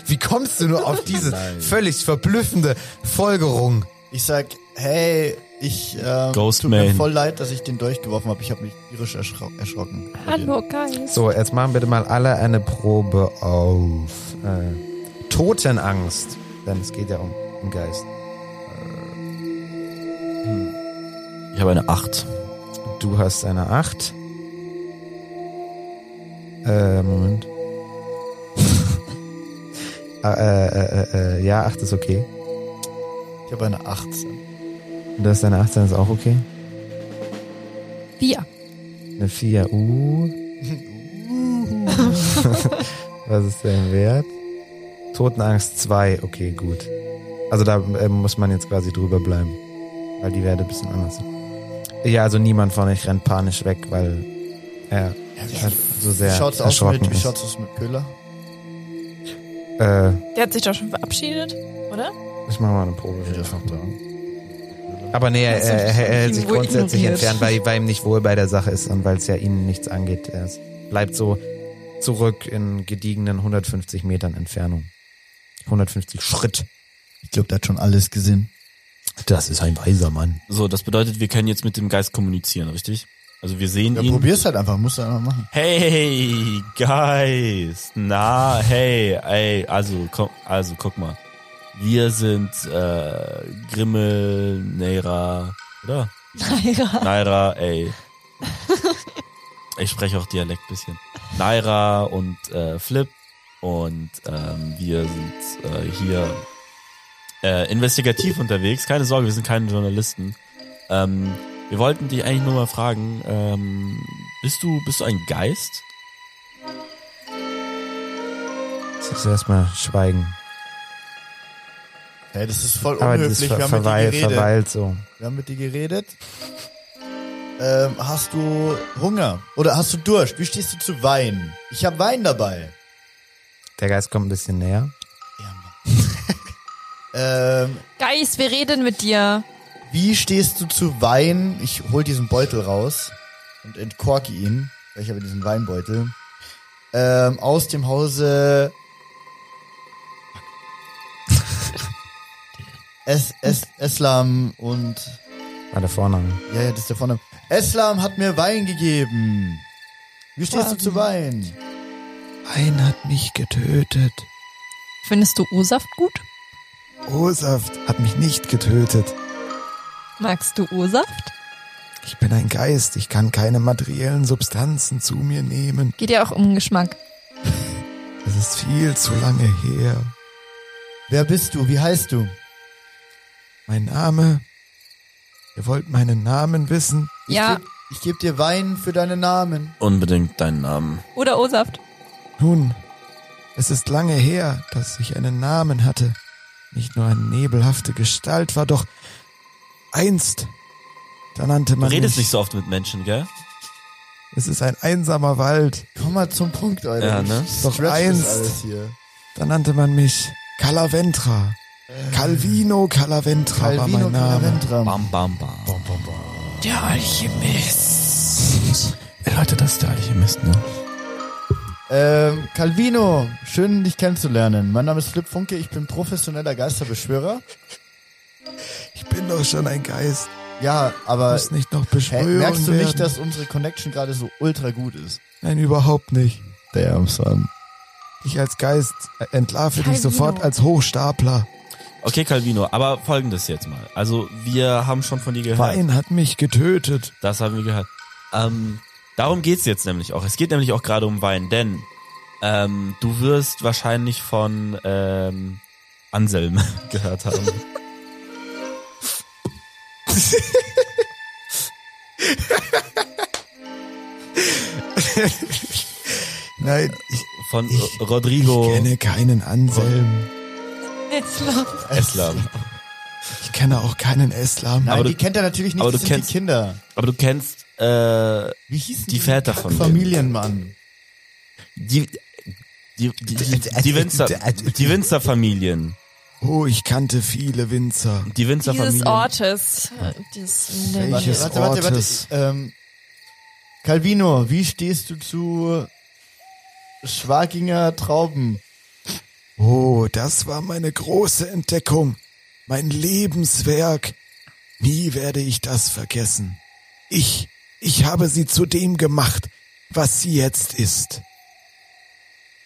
Wie kommst du nur auf diese völlig verblüffende Folgerung?
ich sag, hey, ich ähm,
Ghost
tut mir
Man.
voll leid, dass ich den durchgeworfen habe. Ich habe mich tierisch erschro erschrocken. bei
Hallo, Geist.
So, jetzt machen bitte mal alle eine Probe auf äh, Totenangst. Denn es geht ja um den Geist.
Ich habe eine 8.
Du hast eine 8. Äh, Moment. [LAUGHS] äh, äh, äh, äh, ja, 8 ist
dir.
okay.
Ich habe eine 18.
Du hast eine 18, ist auch okay.
Vier.
Eine 4, uh. [LAUGHS] Was ist der Wert? Totenangst 2, okay, gut. Also da äh, muss man jetzt quasi drüber bleiben, weil die Werte ein bisschen anders sind. Ja, also niemand von euch rennt panisch weg, weil er halt so sehr
Wie schaut's aus
erschrocken
mit, wie
ist.
schaut's aus mit Köhler?
Äh,
Der hat sich doch schon verabschiedet, oder?
ich mache mal eine Probe.
der ist noch da.
Aber nee, er,
Das hab
er,
ich
er hält sich
irgendwo
grundsätzlich
ignoriert.
entfernt, weil, weil ihm nicht wohl bei der Sache ist und weil es ja ihnen nichts angeht. Er ist- bleibt so zurück in gediegenen 150 Metern Entfernung. 150 Schritt.
Ich glaube, der hat schon alles gesehen.
Das ist ein weiser Mann.
So, das bedeutet, wir können jetzt mit dem Geist kommunizieren, richtig? Also wir sehen
Ja,
ihn.
probier's halt einfach, musst du einfach machen.
Hey, Geist. Na, hey, ey, also, komm, also guck mal. Wir sind äh, Grimmel, Neira, oder?
Naja.
Naira, ey. Ich spreche auch Dialekt bisschen. Naira und äh, Flip und ähm, wir sind äh, hier äh, investigativ unterwegs. Keine Sorge, wir sind keine Journalisten. Ähm, wir wollten dich eigentlich nur mal fragen, ähm, bist du bist du ein Geist?
Zuerst mal schweigen.
Hey, das ist voll
Aber das
unhöflich.
ver
wir, haben mit dir
verweilt,
geredet.
verweilt so.
wir haben mit dir geredet. Ähm, hast du Hunger? Oder hast du Durst? Wie stehst du zu Wein? Ich habe Wein dabei.
Der Geist kommt ein bisschen näher.
Ähm,
Geist, wir reden mit dir.
wie stehst du zu Wein? Ich hol diesen Beutel raus und entkorke ihn. weil Ich habe diesen Weinbeutel. Ähm, aus dem Hause. [LAUGHS] Es, es, Eslam und.
War der Vorname.
Ja, ja, das ist der Vorname. Eslam hat mir Wein gegeben. Wie stehst du zu Wein?
Ein hat mich getötet.
Findest du O-Saft gut?
Ursaft hat mich nicht getötet.
Magst du O-Saft?
Ich bin ein Geist, ich kann keine materiellen Substanzen zu mir nehmen.
Geht ja auch um Geschmack.
Es ist viel zu lange her.
Wer bist du? Wie heißt du?
Mein Name. Ihr wollt meinen Namen wissen?
Ich
ja,
Geb, ich gebe dir Wein für deinen Namen.
Unbedingt deinen Namen.
oder O-Saft.
Nun, es ist lange her, dass ich einen Namen hatte. Nicht nur eine nebelhafte Gestalt war, doch einst, da nannte
Du
man
redest
mich,
nicht so oft mit Menschen, gell?
es ist ein einsamer Wald,
Komm mal zum Punkt, Alter.
Ja, ne?
Ich
Doch
stretch das
einst.
Alles hier.
da nannte man mich Calaventra. Calvino Calaventra war
Äh. Calvino
mein Name.
Calaventram.
Bam, bam, bam.
Der Alchemist.
Leute, das ist der Alchemist, ne?
Ähm, Calvino, schön dich kennenzulernen. Mein Name ist Flip Funke, ich bin professioneller Geisterbeschwörer.
Ich bin doch schon ein Geist.
Ja, aber
Muss nicht noch
Äh, hä,
beschwören
merkst du
werden.
nicht, dass unsere Connection gerade so ultra gut ist?
Nein, überhaupt nicht.
Damn, son.
Ich als Geist entlarve dich
Calvino.
sofort als Hochstapler.
Okay, Calvino, aber folgendes jetzt mal. Also, wir haben schon von dir gehört.
Wein hat mich getötet.
Das haben wir gehört. Ähm, darum geht's jetzt nämlich auch. Es geht nämlich auch gerade um Wein, denn ähm, du wirst wahrscheinlich von ähm, Anselm [LAUGHS] gehört haben.
Nein, ich,
Von
Ich-
Rodrigo
ich kenne keinen Anselm. Also,
Eslam.
Eslam.
Ich kenne auch keinen Eslam.
Nein,
Aber
die
du-
kennt er natürlich nicht,
aber
das
du
sind
kennst-
die Kinder.
Aber du kennst äh,
Wie hießen
Die Väter von denen.
Familienmann.
die die die, die, die Winzer die Winzerfamilien,
Oh, ich kannte viele Winzer.
die
Dieses
Winzerfamilien.
Ortes. äh, Dieses
Welches
Warte, warte, warte.
Ortes.
Ähm, Calvino, wie stehst du zu Schwaginger Trauben?
Oh, das war meine große Entdeckung. Mein Lebenswerk. Nie werde ich das vergessen. Ich, ich habe sie zu dem gemacht, was sie jetzt ist.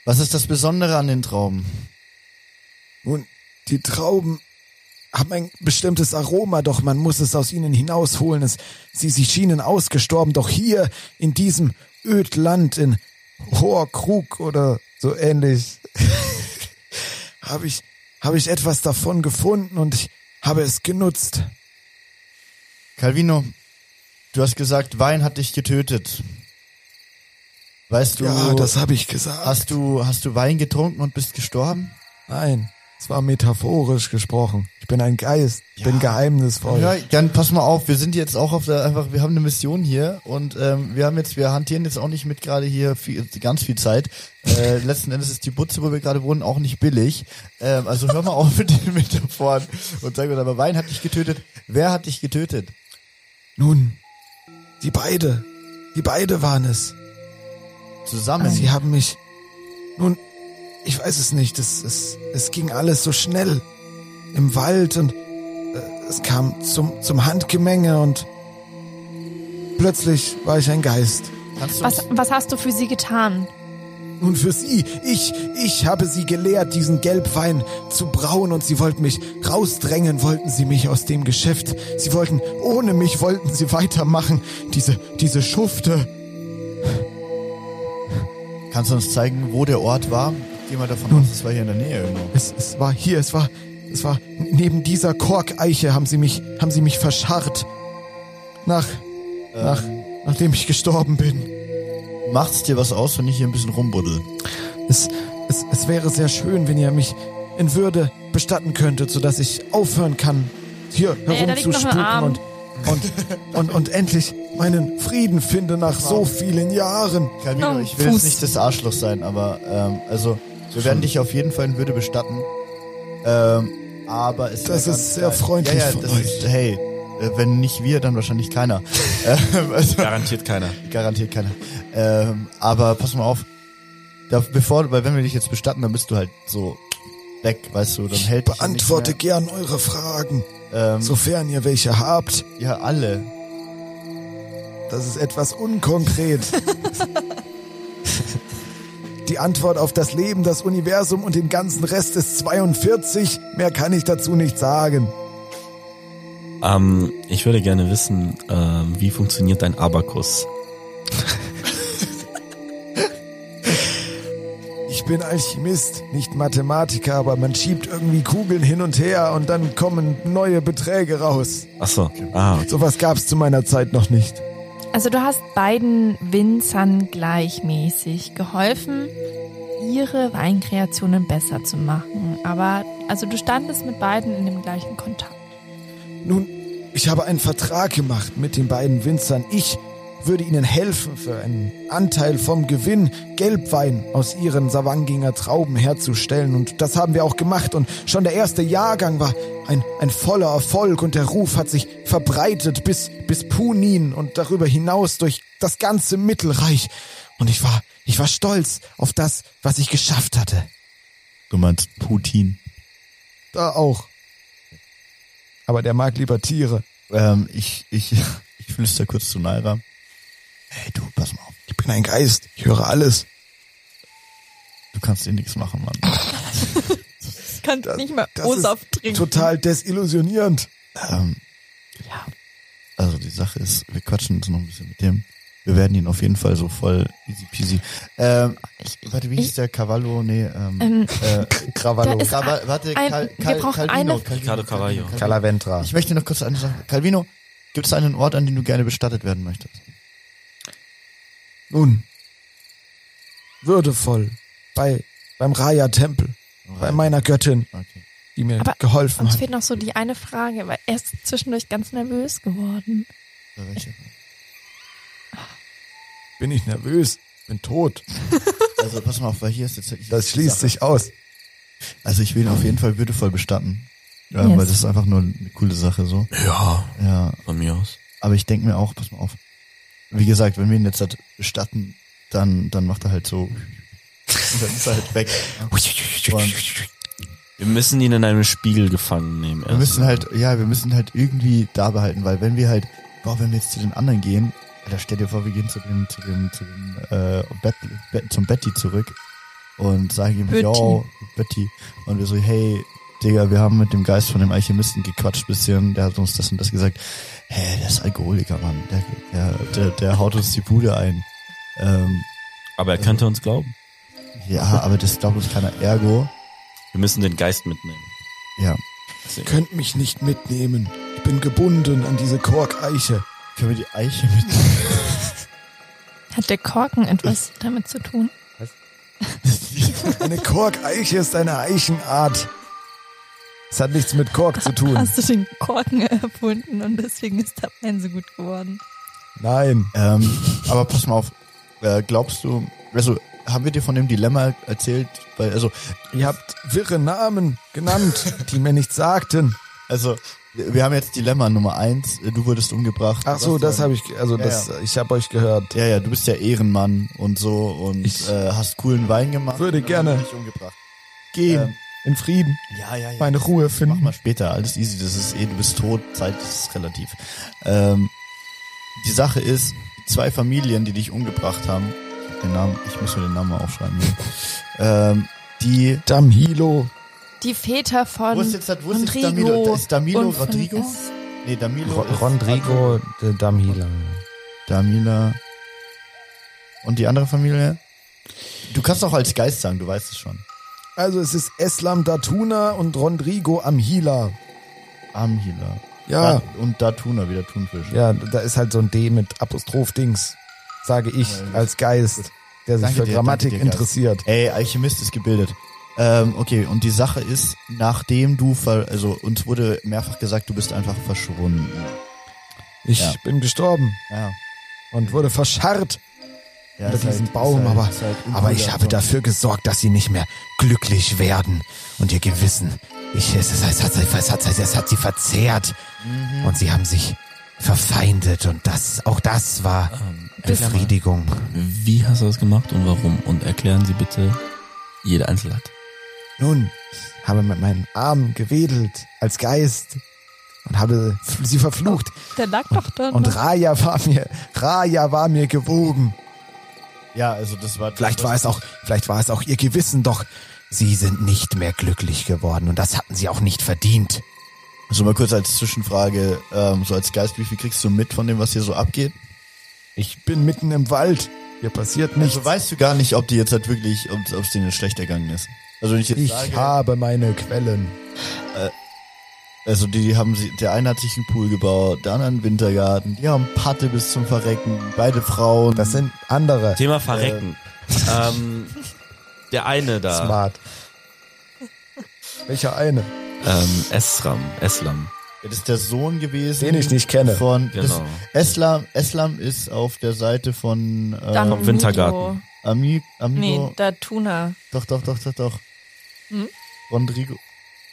Was ist das Besondere an den Trauben?
Nun, die Trauben haben ein bestimmtes Aroma, doch man muss es aus ihnen hinausholen. Es, sie, sie schienen ausgestorben, doch hier in diesem Ödland in Hoherkrug oder so ähnlich [LAUGHS] habe ich, habe ich etwas davon gefunden und ich habe es genutzt.
Calvino, du hast gesagt, Wein hat dich getötet. Weißt du,
Ja, das habe ich gesagt.
hast du, hast du Wein getrunken und bist gestorben?
Nein, es war metaphorisch gesprochen. Ich bin ein Geist, ich bin geheimnisvoll.
Ja, dann pass mal auf, wir sind jetzt auch auf der, einfach, wir haben eine Mission hier und ähm, wir haben jetzt, wir hantieren jetzt auch nicht mit gerade hier viel, ganz viel Zeit. Äh, letzten Endes ist die Butze, wo wir gerade wohnen, auch nicht billig. Ähm, also hör mal auf [LAUGHS] mit den Metaphern und sag mir, aber Wein hat dich getötet. Wer hat dich getötet?
Nun, die beide, die beide waren es.
Zusammen.
Also Sie haben mich. Nun, ich weiß es nicht. Es, es, es ging alles so schnell im Wald und äh, es kam zum, zum Handgemenge und plötzlich war ich ein Geist.
Kannst du
Was,
uns,
was hast du für sie getan?
Nun für sie, ich, ich habe sie gelehrt, diesen Gelbwein zu brauen und sie wollten mich rausdrängen, wollten sie mich aus dem Geschäft. Sie wollten, ohne mich wollten sie weitermachen. Diese, diese Schufte.
kannst du uns zeigen, wo der Ort war? Ich Geh mal davon
Hm.
aus, es war hier in der Nähe irgendwo.
Es, es war hier, es war, es war neben dieser Korkeiche haben sie mich, haben sie mich verscharrt. Nach, nach, nachdem ich gestorben bin.
Ähm, Macht's dir was aus, wenn ich hier ein bisschen rumbuddel?
Es, es, es wäre sehr schön, wenn ihr mich in Würde bestatten könntet, sodass ich aufhören kann, hier
da liegt noch ein
herumzuspuken
Arm.
und, und, und, und endlich meinen Frieden finde nach so vielen Jahren.
Camino,
Oh,
ich will
Fuß.
jetzt nicht das Arschloch sein, aber ähm, also wir werden dich auf jeden Fall in Würde bestatten. Ähm, aber es
Das
wär
ist
ganz
sehr freundlich
ja, ja,
von
das
euch.
Ist, hey, äh, wenn nicht wir, dann wahrscheinlich keiner. ähm, also,
Garantiert keiner.
Garantiert keiner. Ähm, aber pass mal auf. Da, bevor, weil wenn wir dich jetzt bestatten, dann bist du halt so weg, weißt du, dann hält dich ja nicht
Beantworte gern eure Fragen,
mehr. ähm,
sofern ihr welche habt.
ja alle.
Das ist etwas unkonkret. Die Antwort auf das Leben, das Universum und den ganzen Rest ist 42. Mehr kann ich dazu nicht sagen.
Ähm, ich würde gerne wissen, ähm, wie funktioniert dein Abakus?
Ich bin Alchemist, nicht Mathematiker, aber man schiebt irgendwie Kugeln hin und her und dann kommen neue Beträge raus.
Ach so. Ah,
Sowas gab's zu meiner Zeit noch nicht.
Also du hast beiden Winzern gleichmäßig geholfen, ihre Weinkreationen besser zu machen. Aber also du standest mit beiden in dem gleichen Kontakt.
Nun, ich habe einen Vertrag gemacht mit den beiden Winzern. Ich würde ihnen helfen, für einen Anteil vom Gewinn Gelbwein aus ihren Savanginger Trauben herzustellen. Und das haben wir auch gemacht. Und schon der erste Jahrgang war ein, ein voller Erfolg. Und der Ruf hat sich verbreitet bis, bis Punin und darüber hinaus durch das ganze Mittelreich. Und ich war, ich war stolz auf das, was ich geschafft hatte.
Du meinst Putin.
Da auch. Aber der mag lieber Tiere.
Ähm, ich, ich, [LAUGHS] ich flüster kurz zu Naira. Hey du, pass mal auf.
Ich bin ein Geist. Ich höre alles.
Du kannst dir nichts machen, Mann.
Ich kann nicht mal
das
O-Saft trinken.
Total desillusionierend.
Ähm, Also die Sache ist, wir quatschen jetzt noch ein bisschen mit dem. Wir werden ihn auf jeden Fall so voll easy peasy. Ähm, warte, wie hieß der? Cavallo? Nee, ähm,
Ähm,
äh, Cravallo.
da ist
Crava- warte,
ein-
Cal
wir
Cal
brauchen
Calvino.
eine-
Ricardo Carvalho.
Calaventra.
Ich möchte noch kurz eine Sache. Calvino, gibt es einen Ort, an den du gerne bestattet werden möchtest?
Nun, würdevoll bei beim Raya-Tempel, bei meiner Göttin,
Okay.
die mir
Aber
geholfen
Uns
hat.
fehlt noch so die eine Frage, weil er ist zwischendurch ganz nervös geworden.
Bei welcher?
Bin ich nervös, bin tot.
Also pass mal auf, weil hier ist jetzt... hier
Das
ist die
schließt
Sache.
sich aus.
Also ich will ihn auf jeden Fall würdevoll bestatten. Ja,
Yes.
Weil das ist einfach nur eine coole Sache so.
Ja,
Ja,
von mir aus.
Aber ich denke mir auch, pass mal auf. Wie gesagt, wenn wir ihn jetzt halt bestatten, dann, dann macht er halt so. [LAUGHS] Und dann ist er halt weg. Und
Wir müssen ihn in einem Spiegel gefangen nehmen.
wir müssen halt, ja, wir müssen halt irgendwie da behalten, weil wenn wir halt, boah, wenn wir jetzt zu den anderen gehen, da stell dir vor, wir gehen zu dem, zu dem, zu dem, äh, Bett, Bett, zum Betty zurück und sagen ihm,
Betty.
yo, Betty. Und wir so, hey, Digga, wir haben mit dem Geist von dem Alchemisten gequatscht bisschen, der hat uns das und das gesagt. Hä, hey, der ist Alkoholiker, Mann. Der, der, der, der haut uns die Bude ein. Ähm,
Aber er könnte uns glauben.
ja, aber das glaubt uns keiner. Ergo,
Wir müssen den Geist mitnehmen.
ja.
Könnt mich nicht mitnehmen. Ich bin gebunden an diese Korkeiche.
Können wir die Eiche mit.
Hat der Korken etwas damit zu tun?
Eine Korkeiche ist eine Eichenart. Es hat nichts mit Kork zu tun.
Hast du den Korken [LAUGHS] erfunden und deswegen [LAUGHS] ist der Wein so gut geworden?
Nein.
Ähm, aber pass mal auf. Äh, glaubst du, also, haben wir dir von dem Dilemma erzählt? Weil, also,
Ihr habt wirre Namen genannt, die mir nichts sagten.
also, wir haben jetzt Dilemma Nummer eins. äh, Du wurdest umgebracht.
Ach so, das habe ich, also
Ja,
das, ich habe euch gehört.
Ja, ja, du bist ja Ehrenmann und so und
Ich-
äh, hast coolen Wein gemacht.
Würde
und
gerne.
hast Dich umgebracht.
Gehen,
Ähm,
in Frieden,
Ja, ja, ja.
meine Ruhe
Mach
finden.
mal später, alles easy, das ist eh, du bist tot, Zeit ist relativ. Ähm, die Sache ist, zwei Familien, die dich umgebracht haben, ich hab den Namen, ich muss mir den Namen mal aufschreiben,
[LAUGHS]
ja. ähm, die,
Damhilo.
Die Väter von
wo ist jetzt, das- wo ist jetzt
Rodrigo
Damilo? Da Ist Damilo
und von
Rodrigo?
S.
Nee, Damilo.
Ro-
ist-
Rodrigo de Damhila.
Damila. Und die andere Familie? Du kannst auch als Geist sagen, du weißt es schon.
Also es ist Eslam Datuna und Rodrigo Amhila.
Amhila.
Ja,
Und Datuna, wieder Thunfisch.
ja, da ist halt so ein D mit Apostroph-Dings, sage ich als Geist, der sich
Danke
für
dir,
Grammatik
danke dir, Geist.
interessiert.
Ey, Alchemist ist gebildet. Ähm, okay, und die Sache ist, nachdem du, ver also uns wurde mehrfach gesagt, du bist einfach verschwunden.
Ich
Ja.
bin gestorben.
Ja.
und wurde verscharrt.
Ja,
Unter
ist halt-
diesem
ist
Baum,
halt-
aber-
ist halt
Aber ich
uncool,
habe dafür gesorgt, dass sie nicht mehr glücklich werden. Und ihr Gewissen, ich, es, es, es, hat, sie- es, hat, es hat sie verzehrt.
Mhm.
Und sie haben sich verfeindet. Und das, auch das war Befriedigung.
Ähm, Wie hast du das gemacht und warum? Und erklären Sie bitte jede Einzelheit.
Nun, ich habe mit meinem Arm gewedelt als Geist und habe sie verflucht.
Der lag doch
[LAUGHS]
dann.
Und Raya war mir, Raya war mir gewogen.
Ja, also das war.
Vielleicht war es auch, vielleicht war es auch ihr Gewissen, doch sie sind nicht mehr glücklich geworden. Und das hatten sie auch nicht verdient.
Also mal kurz als Zwischenfrage, ähm, so als Geist, wie viel kriegst du mit von dem, was hier so abgeht?
Ich bin mitten im Wald. Hier passiert nichts.
Also weißt du gar nicht, ob die jetzt halt wirklich, ob es denen schlecht ergangen ist. Also wenn ich jetzt
ich
sage,
habe meine Quellen.
also die haben sie, der eine hat sich einen Pool gebaut, der andere einen Wintergarten, die haben Patte bis zum Verrecken, beide Frauen.
Das sind andere.
Thema Verrecken. ähm, der eine da,
Smart. Welcher eine?
ähm, Esram, Eslam.
das ist der Sohn gewesen.
Den ich nicht kenne.
Von
Genau.
das, Eslam, Eslam ist auf der Seite von
dann
äh,
Vom Wintergarten.
Ami, Amigo.
Nee, da Tuna.
Doch, doch, doch, doch, doch.
Hm?
Rodrigo.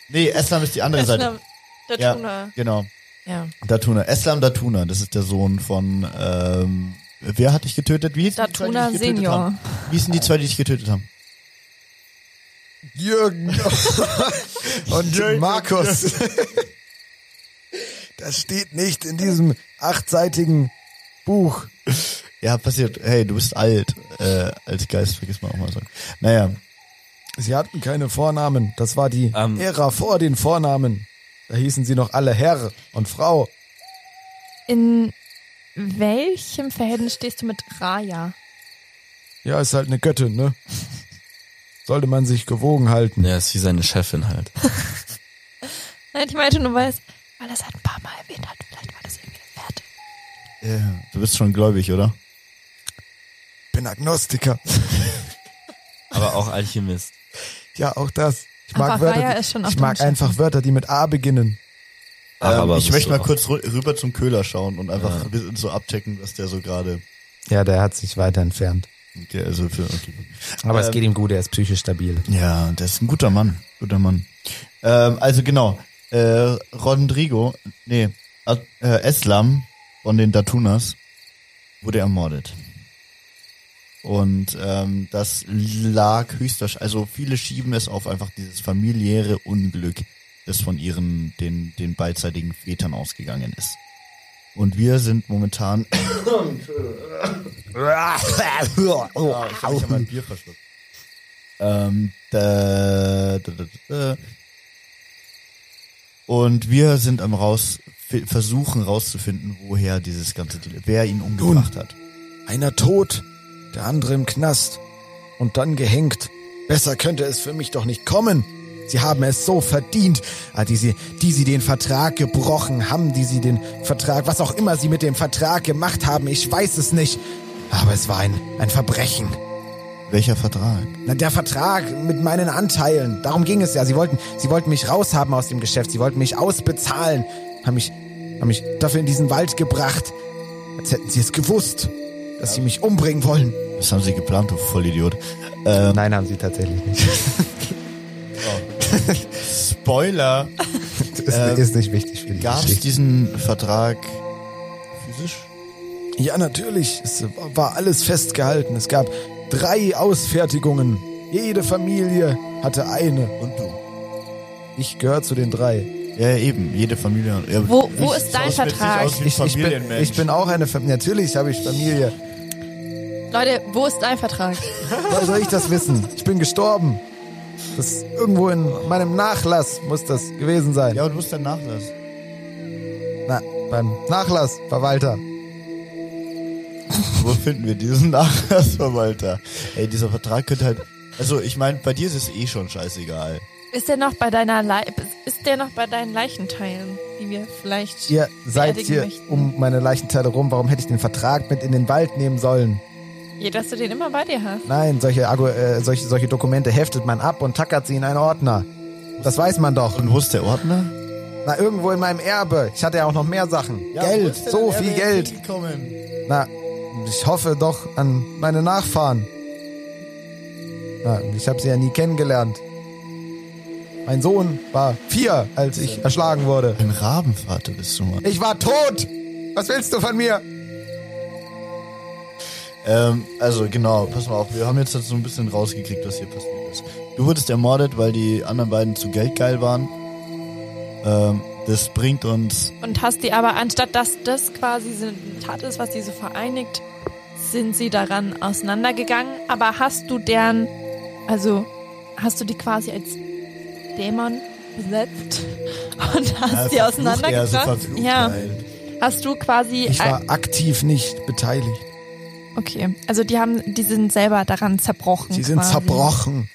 Nee, Eslam ist die andere Seite.
Da
Ja.
Tuna.
Genau.
Ja.
Datuna. Eslam Datuna, das ist der Sohn von ähm, wer hat dich getötet? Wie hießen die zwei, die
Datuna
dich getötet
Senior.
Haben? Wie hießen die zwei, die dich getötet haben?
Jürgen [LAUGHS] und
Jürgen.
Markus.
[LAUGHS]
Das steht nicht in diesem achtseitigen Buch.
Ja, passiert. Hey, du bist alt. Äh, als Geist, vergiss mal auch mal sagen. Naja.
Sie hatten keine Vornamen. Das war die
Ähm.
Ära vor den Vornamen. Da hießen sie noch alle Herr und Frau.
In welchem Verhältnis stehst du mit Raya?
Ja, ist halt eine Göttin, ne? Sollte man sich gewogen halten.
Ja, ist wie seine Chefin halt.
Nein, ich meinte nur, weil es, weil er es halt ein paar Mal erwähnt hat. Vielleicht war das irgendwie ein Pferd.
Äh, Du bist schon gläubig, oder?
Bin Agnostiker.
Aber auch Alchemist.
Ja, auch das. Ich mag,
Aber Raya
Wörter,
ist schon
die,
auf
ich
dem
mag
Schiff.
einfach Wörter, die mit A beginnen.
Ach,
ähm,
aber
ich
bist
möchte
du
mal
auch.
kurz ru- rüber zum Köhler schauen und einfach ein bisschen so abchecken, was der so gerade.
Ja, der hat sich weiter entfernt.
Okay, also für, okay.
Aber es
Ähm.
geht ihm gut, er ist psychisch stabil.
Ja, der ist ein guter Mann. Guter Mann. Ähm, also genau. Äh, Rodrigo, nee, Ad- äh, Eslam von den Datunas wurde ermordet. Und ähm, das lag höchstwahrscheinlich, also viele schieben es auf einfach dieses familiäre Unglück, das von ihren, den, den beidseitigen Vätern ausgegangen ist. Und wir sind momentan. [COUGHS] Ah, ich hab mein Bier verschluckt. Ähm, da, da, da, da. Und wir sind am raus fi- versuchen rauszufinden, woher dieses ganze Deal, wer ihn umgebracht hat.
Einer tot, der andere im Knast und dann gehängt. Besser könnte es für mich doch nicht kommen. Sie haben es so verdient, ah, die sie, die sie den Vertrag gebrochen haben, die sie den Vertrag, was auch immer sie mit dem Vertrag gemacht haben, ich weiß es nicht. Aber es war ein, ein Verbrechen.
Welcher Vertrag?
Na, der Vertrag mit meinen Anteilen. Darum ging es ja. Sie wollten, sie wollten mich raushaben aus dem Geschäft. Sie wollten mich ausbezahlen. Haben mich, haben mich dafür in diesen Wald gebracht. Als hätten sie es gewusst, dass sie mich umbringen wollen.
Das haben sie geplant, du Vollidiot. Ähm,
Nein, haben sie tatsächlich nicht.
Spoiler!
Das
Ähm,
ist nicht wichtig für die
Gab es
Geschichte.
diesen Vertrag physisch?
Ja, natürlich. Es war alles festgehalten. Es gab drei Ausfertigungen. Jede Familie hatte eine.
Und du?
Ich gehöre zu den drei.
Ja, eben, jede Familie. Ja,
Wo- wo
ich-
ist dein
schaust mir jetzt nicht
Vertrag?
aus wie
Ich,
ein
ich, bin,
Familienmensch.
ich bin auch eine Familie. Natürlich habe ich Familie.
Leute, wo ist dein Vertrag?
Woher soll ich das wissen? Ich bin gestorben. Das ist irgendwo in meinem Nachlass muss das gewesen sein.
Ja, aber du musst deinen Nachlass.
Na, beim Nachlass, Verwalter.
Wo finden wir diesen [LAUGHS] Nachlassverwalter? Ey, dieser Vertrag könnte halt. Also, ich meine, bei dir ist es eh schon scheißegal.
Ist der noch bei deiner Le ist der noch bei deinen Leichenteilen, die wir vielleicht
Ihr seid
Beerdigen
hier
möchten.
um meine Leichenteile rum. Warum hätte ich den Vertrag mit in den Wald nehmen sollen?
Ja, dass du den immer bei dir hast.
Nein, solche, Argu äh, solche, solche Dokumente heftet man ab und tackert sie in einen Ordner. Das weiß man doch.
Und wo ist der ne? Ordner?
Na, irgendwo in meinem Erbe. Ich hatte ja auch noch mehr Sachen. Geld, so viel Geld. Na,
Ich hoffe doch an meine Nachfahren. Na, ich habe sie ja nie kennengelernt. Mein Sohn war vier, als ich erschlagen wurde.
Ein Rabenvater bist du mal.
Ich war tot! Was willst du von mir?
Ähm, also genau, pass mal auf, wir haben jetzt so ein bisschen rausgekriegt, was hier passiert ist. Du wurdest ermordet, weil die anderen beiden zu geldgeil waren. Ähm, das bringt uns
Und hast die aber, anstatt dass das quasi so eine Tat ist, was die so vereinigt, sind sie daran auseinandergegangen. Aber hast du deren, also hast du die quasi als Dämon besetzt [LAUGHS] und hast die
verflucht, ja, so
auseinandergebracht?
verflucht,
Ja,
nein.
hast du quasi,
Ich war aktiv nicht beteiligt.
okay, also die haben, die sind selber daran zerbrochen.
Sie sind
quasi.
zerbrochen.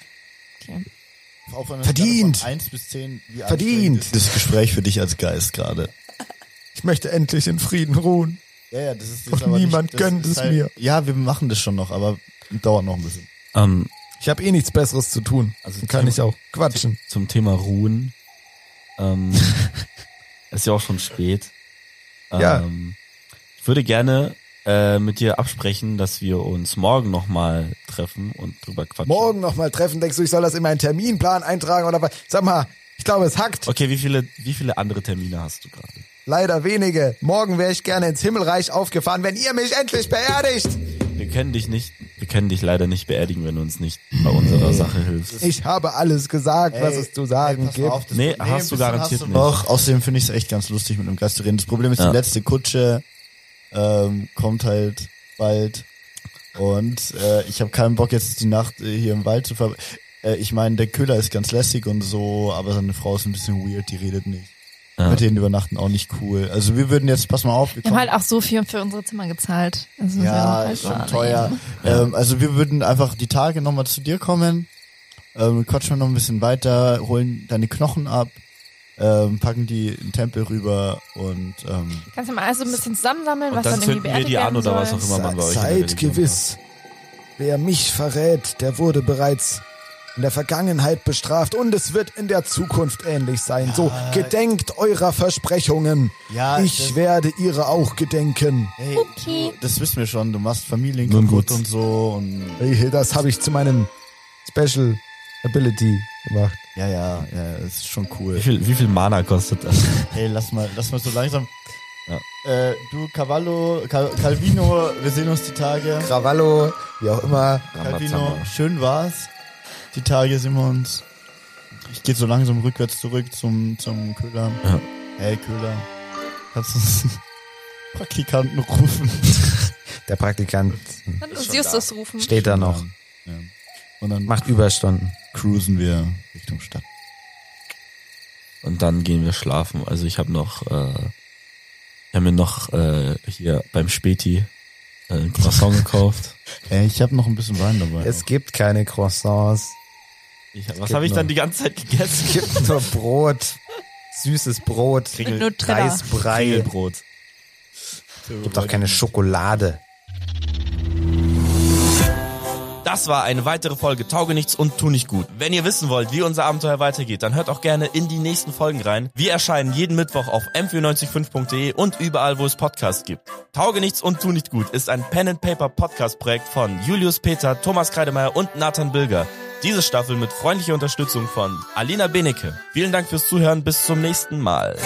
Auch wenn man
Verdient.
Von 1 bis 10, wie
Verdient.
anstrengend ist Das Gespräch für dich als Geist gerade.
Ich möchte endlich in Frieden ruhen.
Ja, ja, das ist
Und niemand gönnt es mir.
Ja, wir machen das schon noch, aber dauert noch ein bisschen.
Ähm,
Ich habe eh nichts Besseres zu tun.
also
Dann kann ich auch quatschen.
zum Thema Ruhen.
[LAUGHS]
Ähm, ist ja auch schon spät.
Ah.
Ja.
Ähm, ich würde gerne äh, mit dir absprechen, dass wir uns morgen nochmal treffen und drüber quatschen.
Morgen nochmal treffen, denkst du, ich soll das in meinen Terminplan eintragen oder was? Sag mal, ich glaube, es hackt.
Okay, wie viele, wie viele andere Termine hast du gerade?
Leider wenige. Morgen wäre ich gerne ins Himmelreich aufgefahren, wenn ihr mich endlich beerdigt.
Wir können dich nicht, wir können dich leider nicht beerdigen, wenn du uns nicht bei unserer Sache hilfst.
Ich habe alles gesagt, was es zu sagen
pass mal
gibt.
auf, das
Nee,
Problem
hast du
bisschen
garantiert
hast du
nicht.
Noch. Außerdem finde ich es echt ganz lustig, mit einem Geist zu reden. Das Problem ist,
Ja.
die letzte Kutsche ähm, kommt halt bald. Und äh, ich habe keinen Bock, jetzt die Nacht äh, hier im Wald zu ver... Äh, ich meine, der Köhler ist ganz lässig und so, aber seine Frau ist ein bisschen weird, die redet nicht.
Ja.
Mit denen übernachten auch nicht cool. Also wir würden jetzt, pass mal auf, wir
Wir haben
kommen-
halt auch so viel für unsere Zimmer gezahlt. Das muss
ja,
auch
ist
halt
schon
sagen.
teuer. Ähm, also wir würden einfach die Tage nochmal zu dir kommen, ähm, quatschen noch ein bisschen weiter, holen deine Knochen ab, ähm, packen die in den Tempel rüber und ähm,
Kannst du mal also ein bisschen zusammensammeln,
Und
was
dann
dann irgendwie
zünden wir
beerdigt
die an
werden
oder
soll?
was auch immer man bei euch in der
Seid
Religion
gewiss, wer mich verrät, der wurde bereits in der Vergangenheit bestraft und es wird in der Zukunft ähnlich sein. So gedenkt eurer Versprechungen.
Ja, das-
ich werde ihre auch gedenken.
hey, du, das wissen wir schon, du machst Familien
Nun
kaputt
gut.
und so und
Ey, Das habe ich zu meinem Special Ability gemacht.
ja, ja, ja, ist schon
Wie
cool.
viel, wie viel Mana kostet das?
Hey, lass mal, lass mal so langsam. Äh, du, Cavallo, Cal Calvino, wir sehen uns die Tage.
Ravallo, wie auch immer.
Calvino, schön war's. Die Tage sind wir uns. Ich gehe so langsam rückwärts zurück zum, zum Köhler.
Ja.
Hey Köhler, kannst du uns [LAUGHS] einen Praktikanten rufen?
Der Praktikant
Dann muss Justus rufen.
steht da noch,
Ja. Und dann
macht Überstunden.
cruisen wir Richtung Stadt.
Und dann gehen wir schlafen. Also ich habe noch, äh, ich habe mir noch äh, hier beim Späti äh, ein [LAUGHS] Croissant gekauft.
Ey, Äh, ich habe noch ein bisschen Wein dabei.
Es gibt keine Croissants,
Ich, was habe ich dann die ganze Zeit
es
gegessen?
gibt nur Brot, süßes Brot,
Mit Nutella.
Reisbrei,
Brot.
gibt auch keine Schokolade.
Das war eine weitere Folge Tauge nichts und tu nicht gut. Wenn ihr wissen wollt, wie unser Abenteuer weitergeht, dann hört auch gerne in die nächsten Folgen rein. Wir erscheinen jeden Mittwoch auf m495.de e und überall, wo es Podcasts gibt. Tauge nichts und tu nicht gut ist ein Pen and Paper Podcast Projekt von Julius Peter, Thomas Kreidemeier und Nathan Bilger. Diese Staffel mit freundlicher Unterstützung von Alina Benecke. Vielen Dank fürs Zuhören, bis zum nächsten Mal.